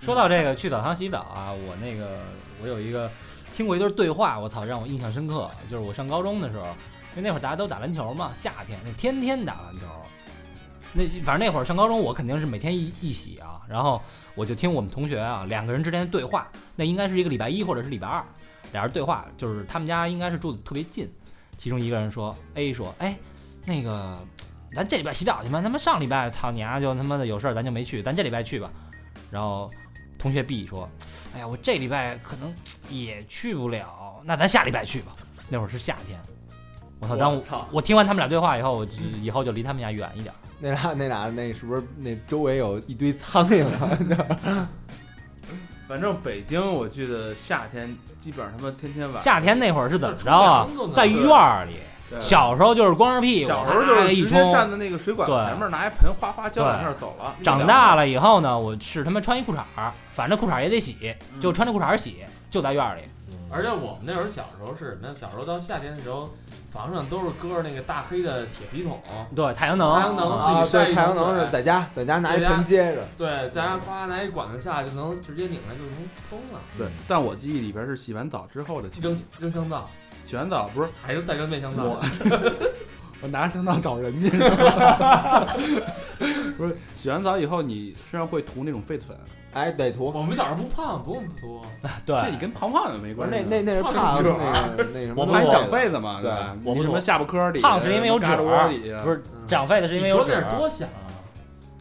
Speaker 3: 说到这个去澡堂洗澡啊我那个我有一个听过一段对话我操让我印象深刻就是我上高中的时候因为那会儿大家都打篮球嘛夏天那天天打篮球那反正那会儿上高中我肯定是每天一一洗啊然后我就听我们同学啊两个人之间的对话那应该是一个礼拜一或者是礼拜二，俩人对话，就是他们家应该是住的特别近，其中一个人说 A 说，哎，那个咱这礼拜洗澡去吧，他妈上礼拜操你丫、就他妈的有事儿咱就没去，咱这礼拜去吧。然后同学 B 说，哎呀我这礼拜可能也去不了，那咱下礼拜去吧。那会儿是夏天，我操！当我
Speaker 7: 操！
Speaker 3: 我听完他们俩对话以后，我就以后就离他们家远一点儿。
Speaker 4: 那俩那俩那是不是那周围有一堆苍蝇 啊？
Speaker 9: 反正北京，我记得夏天基本上他妈天天晚上。
Speaker 3: 夏天那会儿是怎么着啊？在院儿里，
Speaker 9: 对
Speaker 3: 小时候就是光着屁股，
Speaker 9: 小时候就
Speaker 3: 啪
Speaker 9: 是
Speaker 3: 一
Speaker 9: 直
Speaker 3: 冲
Speaker 9: 接站在那个水管子前面，拿一盆哗哗浇两下就走了。
Speaker 3: 长大了以后呢，我是他妈穿一裤衩儿，反正裤衩儿也得洗，
Speaker 9: 嗯
Speaker 3: 就穿着裤衩儿洗，就在院儿里。
Speaker 7: 而且我们那会儿小时候是什么呀？小时候到夏天的时候，房上都是搁着那个大黑的铁皮桶，
Speaker 3: 对，太阳能，
Speaker 7: 太阳能
Speaker 3: 啊
Speaker 4: 啊，
Speaker 7: 自己晒
Speaker 4: 对，
Speaker 7: 一
Speaker 4: 太阳
Speaker 7: 桶
Speaker 4: 能
Speaker 7: 水
Speaker 4: 是在家在家拿一
Speaker 7: 在家
Speaker 4: 盆接着。
Speaker 7: 对，再
Speaker 3: 哦
Speaker 7: 然夸拿一管子下来就能直接拧开就能冲了，
Speaker 2: 对，但我记忆里边是洗完澡之后的情况，
Speaker 7: 扔扔香皂，
Speaker 2: 洗完澡不是
Speaker 7: 还是再扔面香皂
Speaker 2: 我。我拿着香皂找人去，不是洗完澡以后你身上会涂那种痱子粉，
Speaker 4: 哎，歹徒，
Speaker 7: 我们小时候不胖，不用多，
Speaker 2: 这你
Speaker 3: 对，
Speaker 2: 跟胖胖也没
Speaker 4: 不是
Speaker 2: 关
Speaker 4: 那
Speaker 2: 系。
Speaker 4: 那那是怕
Speaker 7: 胖
Speaker 4: 那
Speaker 7: 者
Speaker 4: 个那什么，
Speaker 3: 我
Speaker 2: 我
Speaker 3: 们
Speaker 2: 们还长
Speaker 4: 痱
Speaker 2: 痱子嘛，
Speaker 4: 对
Speaker 2: 吧？
Speaker 3: 我
Speaker 2: 你
Speaker 3: 不
Speaker 2: 什么下巴颏里，
Speaker 3: 胖是因为有
Speaker 2: 什么胳肢
Speaker 3: 褶儿
Speaker 2: 窝底下
Speaker 3: 不是长痱子是因为
Speaker 7: 你
Speaker 3: 有
Speaker 7: 说
Speaker 3: 纸
Speaker 7: 那是
Speaker 3: 儿。
Speaker 7: 多想啊！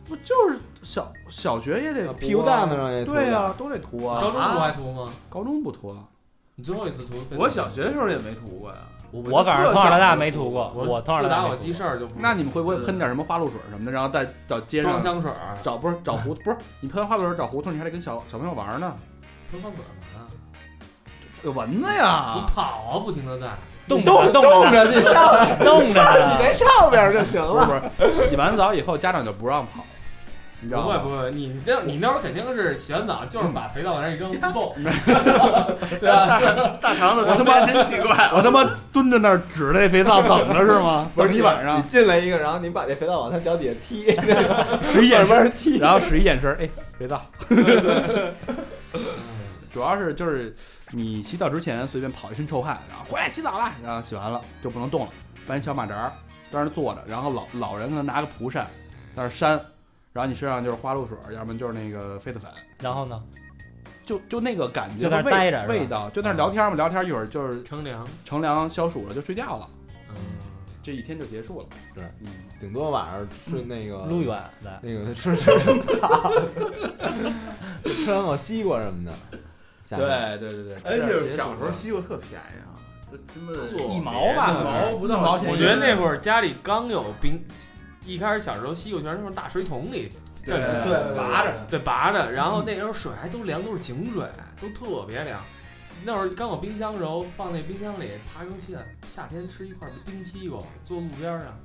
Speaker 2: 不就是小小学也得涂啊
Speaker 4: 屁股蛋子上也涂
Speaker 2: 对啊，都得涂
Speaker 7: 你
Speaker 2: 啊。
Speaker 7: 高中不爱涂吗？
Speaker 2: 高中不涂啊，
Speaker 7: 你最后一次涂？
Speaker 9: 我小学的时候也没涂过呀。
Speaker 3: 我反正从小到大没涂
Speaker 9: 涂
Speaker 3: 过，
Speaker 7: 我
Speaker 3: 从小
Speaker 7: 自
Speaker 3: 到大
Speaker 7: 打
Speaker 3: 没
Speaker 7: 我
Speaker 3: 涂
Speaker 7: 记事
Speaker 3: 过。
Speaker 7: 儿就不
Speaker 2: 那你们会不会喷点什么花露水什么的，然后再到街上
Speaker 7: 装香水儿？
Speaker 2: 找不是找胡不是你喷完花露水找胡同，你还得跟小小朋友玩呢，
Speaker 7: 喷香水儿干嘛？
Speaker 2: 有蚊子
Speaker 7: 你
Speaker 2: 呀。
Speaker 7: 跑啊，不停的在。
Speaker 3: 冻
Speaker 4: 冻
Speaker 3: 着冻
Speaker 4: 冻
Speaker 3: 着
Speaker 4: 着你上，
Speaker 3: 呢，冻着
Speaker 4: 你在
Speaker 3: 呢。
Speaker 4: 上边儿就行
Speaker 2: 不是
Speaker 4: 了。
Speaker 2: 不是，洗完澡以后家长就不让跑，
Speaker 10: 你知
Speaker 7: 不
Speaker 10: 道
Speaker 7: 会不
Speaker 10: 吗？
Speaker 7: 会，你那你那会儿肯定是洗完澡就是把肥皂往那儿一扔不动， 对啊吧？
Speaker 6: 大肠子，我他妈真奇怪，
Speaker 2: 我他妈蹲着那儿指着那肥皂等着是吗？
Speaker 4: 不是
Speaker 2: 等一晚上
Speaker 4: 你，进来一个，然后你把那肥皂往他脚底下踢，
Speaker 2: 使一眼
Speaker 4: 慢
Speaker 2: 神，
Speaker 4: 慢踢。
Speaker 2: 然后使一眼神，哎，肥皂。
Speaker 7: 嗯
Speaker 2: 主要是就是你洗澡之前随便跑一身臭汗，然后回来洗澡啦，然后洗完了就不能动了，搬一小马扎儿在那儿坐着，然后老老人可能拿个蒲扇在那儿扇，然后你身上就是花露水，要么就是那个痱子粉，
Speaker 3: 然后呢？
Speaker 2: 就就那个感觉，
Speaker 3: 就在那儿
Speaker 2: 味
Speaker 3: 待着是吧嗯
Speaker 2: 味道就在那儿聊天嘛，聊天一会儿就是
Speaker 7: 乘凉，
Speaker 2: 乘凉消暑了就睡觉了，
Speaker 7: 嗯，
Speaker 2: 这一天就结束了。
Speaker 4: 对
Speaker 2: 嗯，
Speaker 4: 顶多晚上吃那个
Speaker 3: 路远来，
Speaker 4: 那个吃吃吃草，吃两口西瓜什么的。下面
Speaker 2: 对对对
Speaker 6: 而且哎小时候西瓜特便宜啊，这他妈的
Speaker 2: 一毛吧，可能
Speaker 6: 一毛不到
Speaker 2: 一毛钱一
Speaker 7: 我
Speaker 2: 个。
Speaker 7: 觉得那会儿家里刚有冰，一开始小时候西瓜全是从大水桶里
Speaker 6: 对
Speaker 7: 震着，
Speaker 6: 对嗯拔着，
Speaker 7: 对拔着，然后那时候水还都凉，都是井水，都特别凉。那会儿刚有冰箱的时候，放那冰箱里爬根芡，夏天吃一块冰西瓜，坐路边上，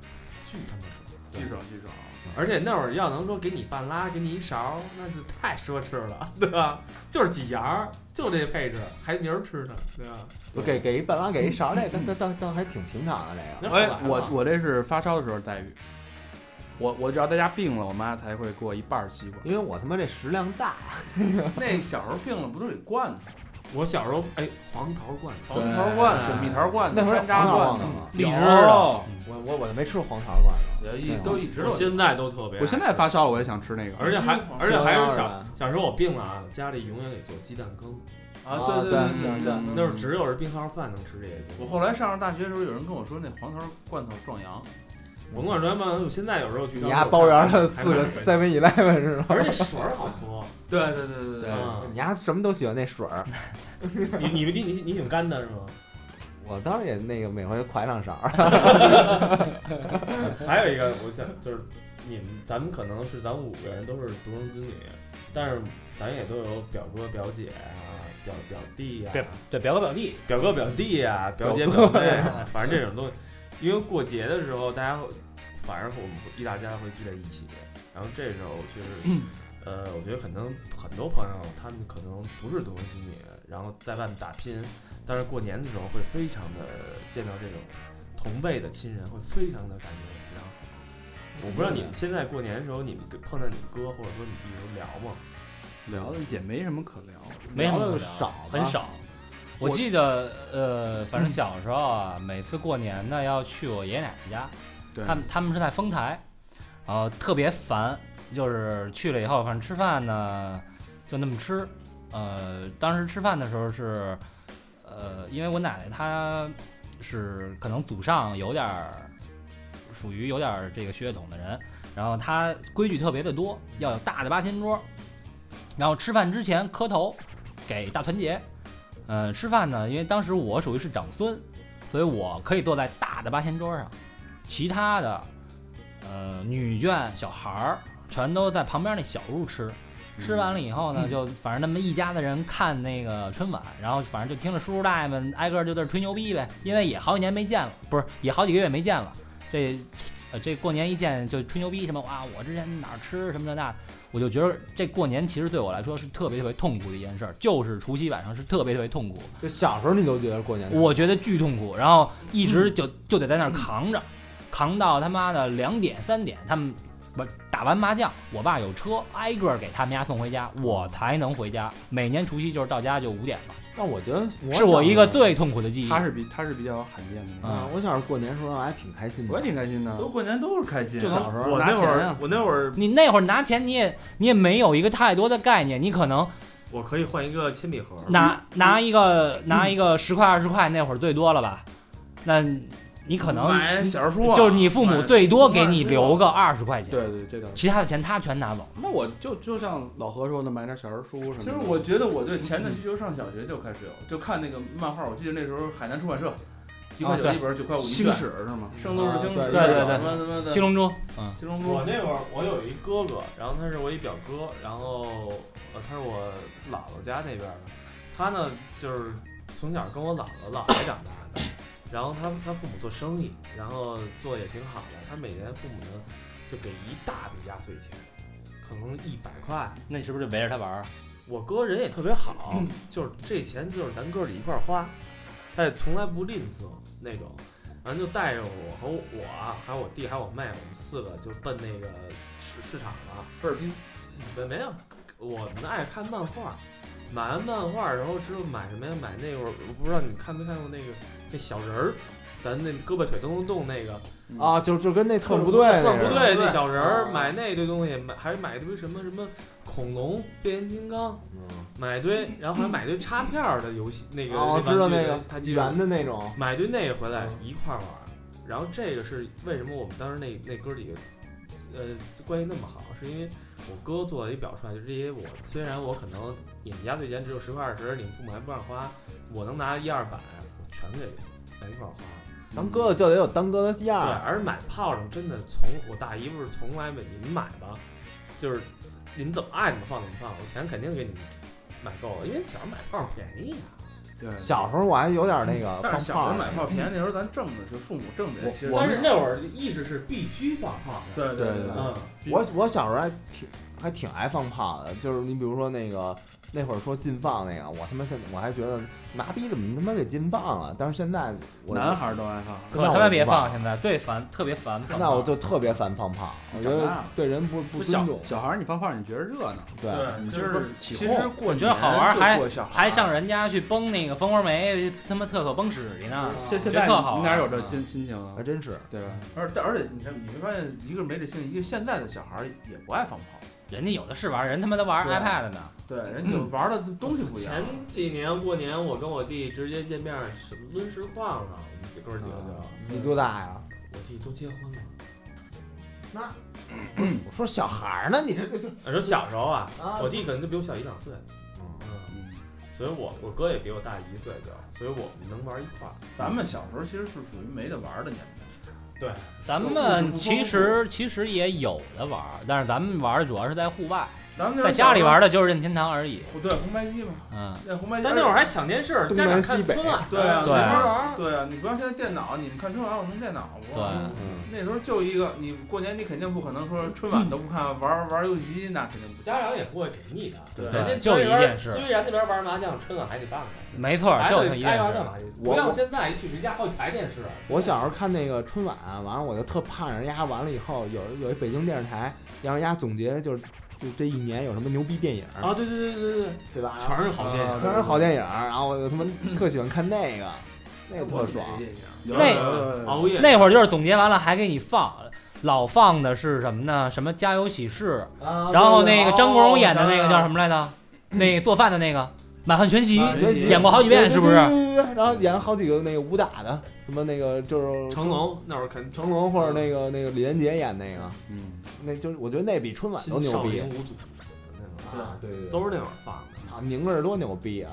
Speaker 7: 巨他妈爽。
Speaker 6: 巨爽巨爽。
Speaker 7: 而且那会儿要能说给你半拉，给你一勺，那就太奢侈了，对吧？就是几牙儿，就这配置，还明儿吃呢，对吧？
Speaker 4: 不给给一半拉，给一勺，这倒倒倒倒还挺平常的这个。
Speaker 7: 那后来
Speaker 2: 哎
Speaker 7: 嘛，
Speaker 2: 我我这是发烧的时候待遇，我我只要在家病了，我妈才会给我一半儿西瓜。
Speaker 4: 因为我他妈这食量大，
Speaker 6: 那小时候病了不都得罐头，
Speaker 7: 我小时候哎，黄桃罐头，
Speaker 6: 黄桃罐头、蜜桃罐头、
Speaker 4: 那会儿有
Speaker 6: 山
Speaker 4: 黄
Speaker 6: 楂
Speaker 4: 桃
Speaker 6: 罐
Speaker 4: 罐头
Speaker 6: 头，
Speaker 4: 吗？
Speaker 2: 荔枝
Speaker 6: 有
Speaker 2: 的，
Speaker 4: 我我我没吃过黄桃罐头，
Speaker 6: 有一都一直
Speaker 7: 我
Speaker 6: 都有。
Speaker 7: 现在都特别爱。
Speaker 2: 我现在发烧了，我也想吃那个。
Speaker 7: 而且还
Speaker 6: 鸡黄
Speaker 7: 而且还
Speaker 4: 吃
Speaker 7: 是
Speaker 4: 黄
Speaker 7: 小
Speaker 4: 桃的
Speaker 7: 小时候我病了啊，家里永远给做鸡蛋羹，
Speaker 6: 啊，对
Speaker 4: 啊
Speaker 6: 对
Speaker 4: 对对
Speaker 6: 对
Speaker 7: 那会儿只有是病号饭能吃这些东西。
Speaker 6: 我后来上上大学的时候，有人跟我说那黄桃罐头壮阳，
Speaker 7: 甭管什么，我现在有时候去
Speaker 4: 你
Speaker 7: 家
Speaker 4: 家包圆了
Speaker 7: 了
Speaker 4: 四个 Seven Eleven 是吗？
Speaker 7: 而且水儿好喝。
Speaker 6: 对对对
Speaker 4: 对
Speaker 6: 对，
Speaker 7: 啊，
Speaker 4: 你家什么都喜欢那水儿，
Speaker 7: 你你们你你你挺干的是吗？
Speaker 4: 我当时也那个每回㧟两勺儿。
Speaker 7: 还有一个，我想就是你们，咱们可能是咱们五个人都是独生子女，但是咱也都有表哥表姐啊，表表弟啊呀、
Speaker 3: 对对，表哥表弟，
Speaker 7: 表哥表弟 呀、表姐表妹啊，反正这种东西，因为过节的时候大家会，反正我们一大家会聚在一起，然后这时候其
Speaker 4: 嗯
Speaker 7: 实，呃，我觉得可能很多朋友他们可能不是独生子女，然后在外面打拼，但是过年的时候会非常的见到这种同辈的亲人，会非常的感觉良好。
Speaker 4: 嗯
Speaker 7: 我不知道你们现在过年的时候，你们跟碰到你哥或者说你弟有时候聊吗？
Speaker 2: 聊的也没什么可聊。
Speaker 3: 没什么可
Speaker 4: 聊
Speaker 3: 聊
Speaker 4: 得少
Speaker 3: 很
Speaker 4: 吧
Speaker 3: 少。我记得，呃，反正小时候啊，每次过年呢要去我爷爷奶奶家，
Speaker 2: 对
Speaker 3: 他们他们是在丰台，然后特别烦，就是去了以后，反正吃饭呢就那么吃，呃，当时吃饭的时候是，呃，因为我奶奶她是可能祖上有点儿，属于有点儿这个血统的人，然后她规矩特别的多，要有大的八仙桌，然后吃饭之前磕头给大团结，呃，吃饭呢，因为当时我属于是长孙，所以我可以坐在大的八仙桌上，其他的，呃，女眷、小孩儿全都在旁边那小屋吃。吃完了以后呢，就反正那么一家子人看那个春晚，然后反正就听着叔叔大爷们挨个儿就在这吹牛逼呗，因为也好几年没见了，不是也好几个月没见了，这，呃，这过年一见就吹牛逼什么啊，我之前哪儿吃什么这那的，我就觉得这过年其实对我来说是特别特别痛苦的一件事儿，就是除夕晚上是特别特别痛苦，
Speaker 4: 就嗯小时候你都觉得过年
Speaker 3: 我觉得巨痛苦，然后一直
Speaker 6: 嗯
Speaker 3: 就就得在那儿扛着，扛到他妈的两点三点，他们不打完麻将，我爸有车，挨个儿给他们家送回家，我
Speaker 6: 哦
Speaker 3: 才能回家。每年除夕就是到家就五点了，
Speaker 4: 那我觉得
Speaker 3: 是我
Speaker 4: 我
Speaker 3: 一个最痛苦的记忆。嗯
Speaker 2: 他是比他是比较罕见的那种，
Speaker 6: 嗯
Speaker 4: 啊，我小时候过年时候还挺开心
Speaker 2: 嗯我也
Speaker 4: 的。
Speaker 2: 挺开心的。
Speaker 6: 都过年都是开心。啊
Speaker 4: 就小时候啊
Speaker 6: 我
Speaker 7: 我
Speaker 6: 那
Speaker 7: 那
Speaker 6: 会
Speaker 7: 会
Speaker 6: 儿
Speaker 7: 儿，我那会儿
Speaker 3: 你那会儿拿钱，你也你也没有一个太多的概念，你可能
Speaker 7: 我可以换一个铅笔盒，
Speaker 4: 嗯
Speaker 3: 拿
Speaker 6: 嗯
Speaker 3: 拿一个拿一个十块二十块，那会儿最多了吧？那你可
Speaker 6: 买
Speaker 3: 能
Speaker 6: 小说啊，
Speaker 3: 就是你父母
Speaker 6: 买
Speaker 3: 最多给你
Speaker 6: 买
Speaker 3: 留个二十块钱，
Speaker 2: 对对，这倒是。
Speaker 3: 其他的钱他全拿走。
Speaker 2: 那我就就像老何说的，买点小人书什么的。
Speaker 6: 其实我觉得我对钱的需求上小学就开始有，就看那个漫画。我记得那时候海南出版
Speaker 7: 啊
Speaker 6: 社一块九一本，九块五一
Speaker 2: 星
Speaker 6: 卷，
Speaker 2: 矢是吗？
Speaker 6: 圣斗士星矢，
Speaker 7: 啊
Speaker 3: 对
Speaker 4: 对
Speaker 3: 对对
Speaker 6: 什么什么的
Speaker 3: 七龙珠，嗯，
Speaker 6: 七龙珠
Speaker 7: 我。那会儿我有一哥哥，然后他是我一表哥，然后呃他是我姥姥家那边的，他呢就是从小跟我姥姥姥爷长大的，然后他他父母做生意，然后做得也挺好的，他每年父母呢就给一大笔压岁钱，可能一百块。
Speaker 11: 那你是不是就围着他玩儿？
Speaker 7: 我哥人也特别好，就是这钱就是咱哥儿一块儿花，他也从来不吝啬那种，然后就带着我和我还有我弟还有我妹，我们四个就奔那个市市场了。
Speaker 6: 哈尔滨
Speaker 7: 没没有，我们爱看漫画，买完漫画然后之后买什么呀？买那会儿我不知道你看没看过那个那小人儿，咱那胳膊腿都能动那 个
Speaker 4: 啊，就就跟那特种部队那似
Speaker 7: 特
Speaker 4: 的
Speaker 7: 种部队
Speaker 6: 对
Speaker 7: 那小人儿，啊
Speaker 6: 嗯
Speaker 7: 买那堆东西，买还买一堆什么什么恐龙、变形金刚，
Speaker 4: 嗯
Speaker 7: 买一堆，然后还买一堆插片儿的游戏，那个
Speaker 4: 哦，知道那
Speaker 7: 个
Speaker 4: 个
Speaker 7: 他记得嗯
Speaker 4: 圆的那种，
Speaker 7: 买一堆那个回来
Speaker 4: 嗯
Speaker 7: 一块儿玩儿。然后这个是为什么我们当时那那哥几个，呃，关系那么好，是因为我哥做了一表率，就是因为我虽然我可能你们家最钱只有十块二十，你们父母还不让花，我能拿一二百，我全给全一块儿花了。
Speaker 4: 咱哥哥就得有当哥的样
Speaker 7: 对
Speaker 4: 儿，，
Speaker 7: 而买炮仗真的从我大姨夫是从来没你们买吧，就是你们怎么爱怎么放怎么放，我钱肯定给你们买够了，因为小时候买炮仗便宜呀、啊
Speaker 6: 对，
Speaker 4: 小时候我还有点那个
Speaker 6: 但
Speaker 4: 放
Speaker 6: 是小时候
Speaker 4: 炮
Speaker 6: 买
Speaker 4: 呢，
Speaker 6: 炮便宜，那时候咱挣的就父母挣的，
Speaker 4: 我
Speaker 6: 其实
Speaker 4: 我
Speaker 7: 但
Speaker 4: 们
Speaker 7: 是那会儿意识是必须放炮仗。
Speaker 6: 对对
Speaker 4: 对对
Speaker 7: 嗯，
Speaker 4: 我我小时候还挺还挺爱放炮的，就是你比如说那个那会儿说禁放那个，我他妈现我还觉得麻痹怎么他妈给禁放了，但是现在我
Speaker 12: 男孩儿都爱
Speaker 2: 嗯
Speaker 12: 放，
Speaker 4: 那
Speaker 3: 可
Speaker 4: 我
Speaker 3: 他妈
Speaker 4: 就
Speaker 3: 别
Speaker 4: 不玩
Speaker 3: 放，现在最烦，特别烦放炮。
Speaker 4: 那我就特别烦放炮，我觉
Speaker 12: 长
Speaker 4: 得
Speaker 12: 大了
Speaker 4: 对人不不
Speaker 2: 不
Speaker 4: 尊
Speaker 2: 小
Speaker 4: 重，
Speaker 2: 小孩儿你放炮，你觉得热闹，
Speaker 4: 对。
Speaker 6: 对，就是
Speaker 2: 起
Speaker 6: 其
Speaker 2: 哄
Speaker 6: 实过
Speaker 3: 你觉得好玩儿
Speaker 6: 年
Speaker 3: 还
Speaker 6: 就过小孩儿
Speaker 3: 还上人家去崩那个蜂窝煤，他妈厕所崩屎去呢。
Speaker 2: 现现
Speaker 3: 觉得
Speaker 2: 在
Speaker 3: 特好
Speaker 2: 你哪有
Speaker 3: 玩
Speaker 2: 这
Speaker 3: 儿
Speaker 2: 心心情啊
Speaker 4: 还？真是，
Speaker 2: 对吧？
Speaker 6: 而但而且你看，你没发现一个没这性，一个现在的小孩儿也不爱放炮，
Speaker 3: 人家有的是玩儿，人他妈都玩儿
Speaker 6: 对
Speaker 3: iPad 呢。
Speaker 6: 对，人就玩的东西不一样。
Speaker 7: 前几年过年，我跟我弟直接见面，什么抡实况呢，我们哥儿
Speaker 4: 啊
Speaker 7: 几个就，
Speaker 4: 你多大呀？
Speaker 7: 我弟都结婚了。
Speaker 4: 我说小孩儿呢，你这这
Speaker 7: 那时候小时候啊，
Speaker 4: 啊
Speaker 7: 我弟可能就比我小一两岁，
Speaker 4: 哦
Speaker 7: 嗯，所以我我哥也比我大一岁哥，所以我们能玩一块儿。
Speaker 6: 咱们小时候其实是属于没得玩儿的年代，
Speaker 7: 嗯对，
Speaker 3: 咱们其实其实也有的玩儿，但是咱们玩儿的主要是在户外，
Speaker 6: 咱们那时候
Speaker 3: 在家里玩儿的就是任天堂而已。
Speaker 6: 小时候，对红白机嘛，
Speaker 3: 嗯，
Speaker 6: 那红白机。
Speaker 7: 但那会儿还抢电视，
Speaker 4: 东
Speaker 7: 家长
Speaker 4: 南
Speaker 7: 看
Speaker 4: 西北
Speaker 7: 春晚，
Speaker 6: 对啊，
Speaker 3: 对啊
Speaker 6: 那时候
Speaker 2: 嗯
Speaker 7: 玩
Speaker 6: 对啊，你不像现在电脑，你们看春晚，我用电脑不？
Speaker 3: 对，
Speaker 6: 那时候就一个，你过年你肯定不可能说春晚都不看，玩儿玩儿游戏机那肯定不行。
Speaker 7: 家长也不会给你的。
Speaker 6: 对
Speaker 7: 人家
Speaker 3: 就一
Speaker 7: 那边
Speaker 3: 件事
Speaker 7: 虽然那边玩麻将，春晚还得办呢，
Speaker 3: 没错儿，
Speaker 7: 还
Speaker 3: 就是
Speaker 7: 得
Speaker 3: 一
Speaker 7: 该
Speaker 3: 件
Speaker 7: 玩
Speaker 3: 事
Speaker 7: 干。嘛去。
Speaker 4: 我
Speaker 7: 不像现在一去谁家好几台电视啊。
Speaker 4: 我小时候看那个春晚，完了我就特盼着人家完了以后有有一北京电视台，让人家总结就是就这一年有什么牛逼电影，
Speaker 7: 啊，对对对对对，
Speaker 4: 对吧？
Speaker 7: 全是好电影。
Speaker 4: 全是好电影，然后我就他妈特喜欢看那个，那个特爽。
Speaker 3: 那
Speaker 7: 呃熬夜
Speaker 3: 那会儿就是总结完了还给你放，老放的是什么呢？什么家有喜事，然后那个张国荣演的那个叫什么来着？那个做饭的那个《满汉全席》，演过好几遍是不是？
Speaker 4: 然后演好几个那个武打的，什么那个就是
Speaker 7: 成龙那会儿肯
Speaker 4: 成龙或者那个那个李连杰演那个，
Speaker 2: 嗯，
Speaker 4: 那就是我觉得那比春晚都
Speaker 7: 新
Speaker 4: 牛
Speaker 7: 少
Speaker 4: 逼
Speaker 7: 林。五祖，那会儿
Speaker 4: 啊，对对
Speaker 7: 都是那会儿放的。
Speaker 4: 操，宁儿多牛逼啊！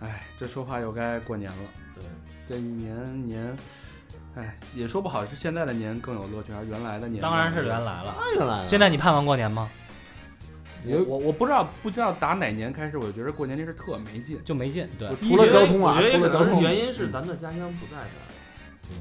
Speaker 2: 哎，这说话又该过年了。
Speaker 7: 对，
Speaker 2: 这一年年，哎，也说不好是现在的年更有乐趣，还是原来的年？
Speaker 3: 当然是原。来了。
Speaker 4: 看上来了，
Speaker 3: 现在你盼望过年吗？
Speaker 4: 你
Speaker 2: 我我我不知道不知道打哪年开始，我觉得过年这事儿特没劲。
Speaker 3: 就没劲，对，
Speaker 4: 除了交通啊，
Speaker 7: 我觉得
Speaker 4: 除
Speaker 7: 也可
Speaker 4: 了交
Speaker 7: 能是
Speaker 4: 通，
Speaker 7: 原因是咱们的家乡不在这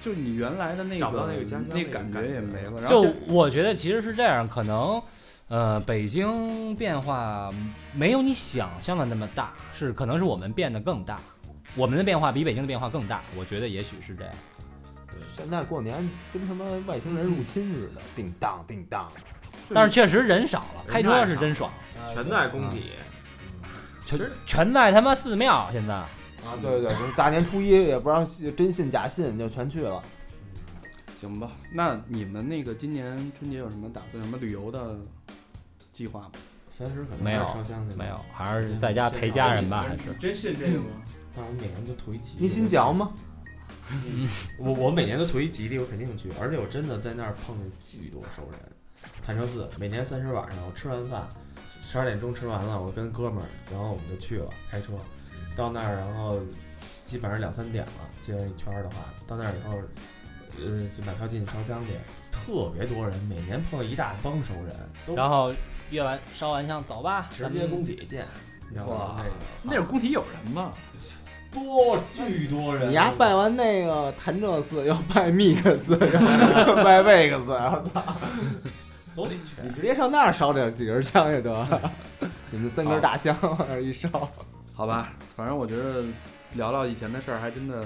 Speaker 2: 就你原来的那个
Speaker 7: 找不到那个家乡那
Speaker 2: 那
Speaker 7: 个
Speaker 2: 感觉
Speaker 7: 感觉
Speaker 2: 也没了。然后
Speaker 3: 就
Speaker 2: 现
Speaker 3: 我觉得其实是这样，可能，呃，北京变化没有你想象的那么大，是可能是我们变得更大，我们的变化比北京的变化更大，我觉得也许是这样。
Speaker 4: 嗯现在过年跟他妈外星人入侵似的，叮当叮当。
Speaker 3: 但是确实人少了，开车是真爽，
Speaker 7: 儿，啊全在工体。
Speaker 3: 啊全全在他妈寺庙现在。
Speaker 4: 啊，对对对，大年初一也不知道信真信假信，就全去了。
Speaker 2: 在行吧，那你们那个今年春节有什么打算？有什么旅游的计划吗？
Speaker 7: 三十可能
Speaker 3: 没有
Speaker 7: 烧香去了
Speaker 3: 没有，，还是在家陪家人吧，还是
Speaker 6: 你真信这个吗？
Speaker 7: 但是我每年都图一吉利。
Speaker 4: 你信教吗？
Speaker 7: 我我每年都图一吉利，我肯定去，而且我真的在那儿碰见巨多熟人。潭柘寺每年三十晚上，我吃完饭，十二点钟吃完了，我跟哥们儿，然后我们就去了，开车
Speaker 4: 嗯
Speaker 7: 到那儿，然后基本上两三点了，街上一圈儿的话，到那儿以后，呃，就买票进去烧香去，特别多人，每年碰到一大帮熟人，都
Speaker 3: 然后约完烧完香走吧，
Speaker 7: 哦直
Speaker 3: 咱
Speaker 7: 接
Speaker 3: 们
Speaker 7: 工体见。然后
Speaker 4: 嗯哇
Speaker 7: 那个
Speaker 2: 那会儿工体有人吗？
Speaker 7: 多巨多人，
Speaker 4: 你丫拜完那个潭柘寺，又拜密克斯，又拜贝克斯，
Speaker 3: 都得去。
Speaker 4: 你直接上那儿烧点几根香也得了，你们三根大香往那儿一烧，
Speaker 2: 好吧，反正我觉得聊聊以前的事儿，还真的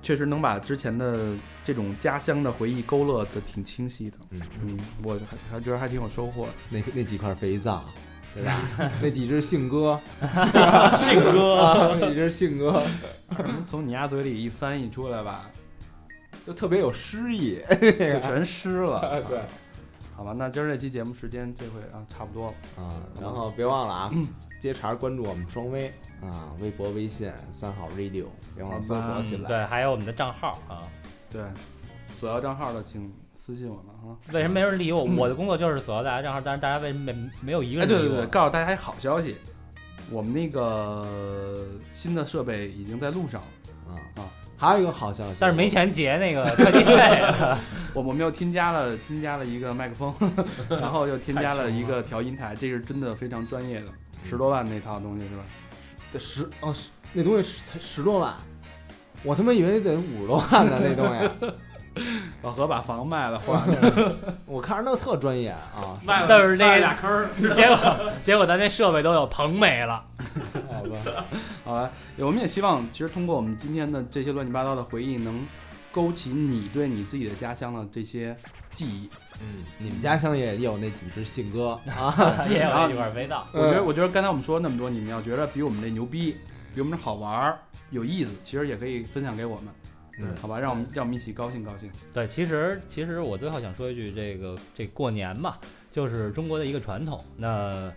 Speaker 2: 确实能把之前的这种家乡的回忆勾勒的挺清晰的。
Speaker 4: 嗯
Speaker 2: 嗯，我还还觉得还挺有收获的。
Speaker 4: 那那几块肥皂，对吧？那几只信鸽，
Speaker 3: 信哥，
Speaker 4: 啊，那几只信鸽
Speaker 2: 从你丫嘴里一翻译出来吧，
Speaker 4: 都特别有诗意。
Speaker 2: 就全湿了。
Speaker 4: 对，
Speaker 2: 好吧，那今儿这期节目时间这回啊差不多了。
Speaker 4: 啊，然后别忘了啊，接茬儿关注我们双微啊，微博、微信三好 radio，别忘了搜索起来。
Speaker 3: 对，还有我们的账号啊。
Speaker 2: 对，索要账号的请私信我们啊。
Speaker 3: 为什么没人理我？我的工作就是索要大家账号，但是大家为什么没没有一个
Speaker 2: 哎，
Speaker 3: 人
Speaker 2: 对
Speaker 3: 理
Speaker 2: 对
Speaker 3: 我？
Speaker 2: 对，告诉大家一好消息，我们那个新的设备已经在路上
Speaker 4: 啊
Speaker 2: 了。啊，
Speaker 4: 还有一个好消息，
Speaker 3: 但是没钱结那个 快递费。
Speaker 2: 我们又添加了添加了一个麦克 风，然后又添加了一个调音台，这是真的非常专业的，十多万那套东西是吧？
Speaker 4: 得十哦，十那东西十才十多万，我他妈以为得五十多万呢，那东西，
Speaker 2: 老何把房卖了，换了
Speaker 4: 我看着那个特专业啊，
Speaker 7: 卖了
Speaker 3: 但是那
Speaker 7: 卖了俩坑儿，
Speaker 3: 结果结果咱那设备都有棚没了。
Speaker 4: 好吧，
Speaker 2: 好吧？我们也希望，其实通过我们今天的这些乱七八糟的回忆，能勾起你对你自己的家乡的这些记忆。
Speaker 4: 嗯，你们家乡也有那几只信鸽 啊，
Speaker 3: 也有一块肥皂。
Speaker 2: 我觉得，我觉得刚才我们说了那么多，你们要觉得比我们这牛逼，比我们这好玩儿、有意思，其实也可以分享给我们，
Speaker 4: 嗯
Speaker 2: 好吧？让我们让我们一起高兴高兴。
Speaker 3: 对，其实其实我最后想说一句，这个这过年嘛，就是中国的一个传统。那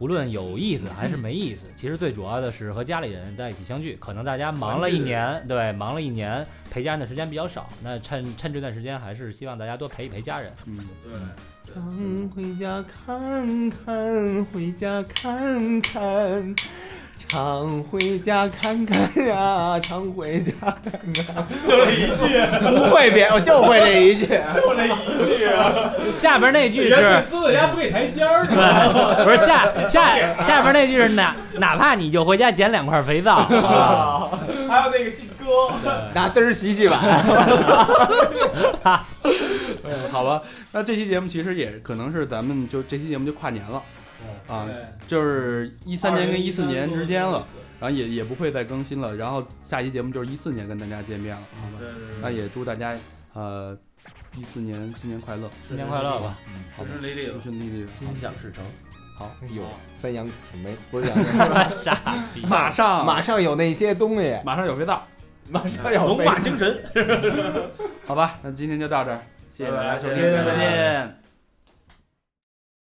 Speaker 3: 无论有意思还是没意思，其实最主要的是和家里人在一起相聚。可能大家忙了一年，对，忙了一年陪家人的时间比较少，那趁趁这段时间，还是希望大家多陪一陪家人。
Speaker 2: 嗯，
Speaker 4: 常回家看看，回家看看，常回家看看呀，常 回家看看。就这一句，不会别，我就会这一 啊句。
Speaker 3: 下边那句是
Speaker 7: 私自家不给台阶儿，
Speaker 3: 对，不是下下下边那句是哪哪怕你就回家捡两块肥皂，
Speaker 7: 啊还有那个信鸽。
Speaker 4: 拿嘚儿洗洗碗。
Speaker 2: 好吧，那这期节目其实也可能是咱们就这期节目就跨年了，
Speaker 4: 嗯
Speaker 2: 啊，
Speaker 7: 哎
Speaker 2: 就是一三年跟一四年之间了，然后也也不会再更新了，然后下期节目就是一四年跟大家见面了，好吧？
Speaker 13: 对对对
Speaker 2: 那也祝大家呃一四年新年快乐，
Speaker 3: 新年快乐吧！
Speaker 2: 好
Speaker 13: 顺
Speaker 2: 吧
Speaker 13: 顺利利
Speaker 2: 顺
Speaker 13: 了。
Speaker 2: 顺利利的，
Speaker 7: 心想事成，
Speaker 2: 好，
Speaker 4: 有哎三羊没不是羊羔，
Speaker 2: 马上
Speaker 4: 马上有那些东西，
Speaker 2: 马上有肥皂，
Speaker 4: 马上有
Speaker 7: 龙
Speaker 4: 飞
Speaker 7: 马精神。
Speaker 4: 哎
Speaker 2: 好吧？那今天就到这儿，谢谢大家收听，
Speaker 7: 拜拜
Speaker 2: 再见。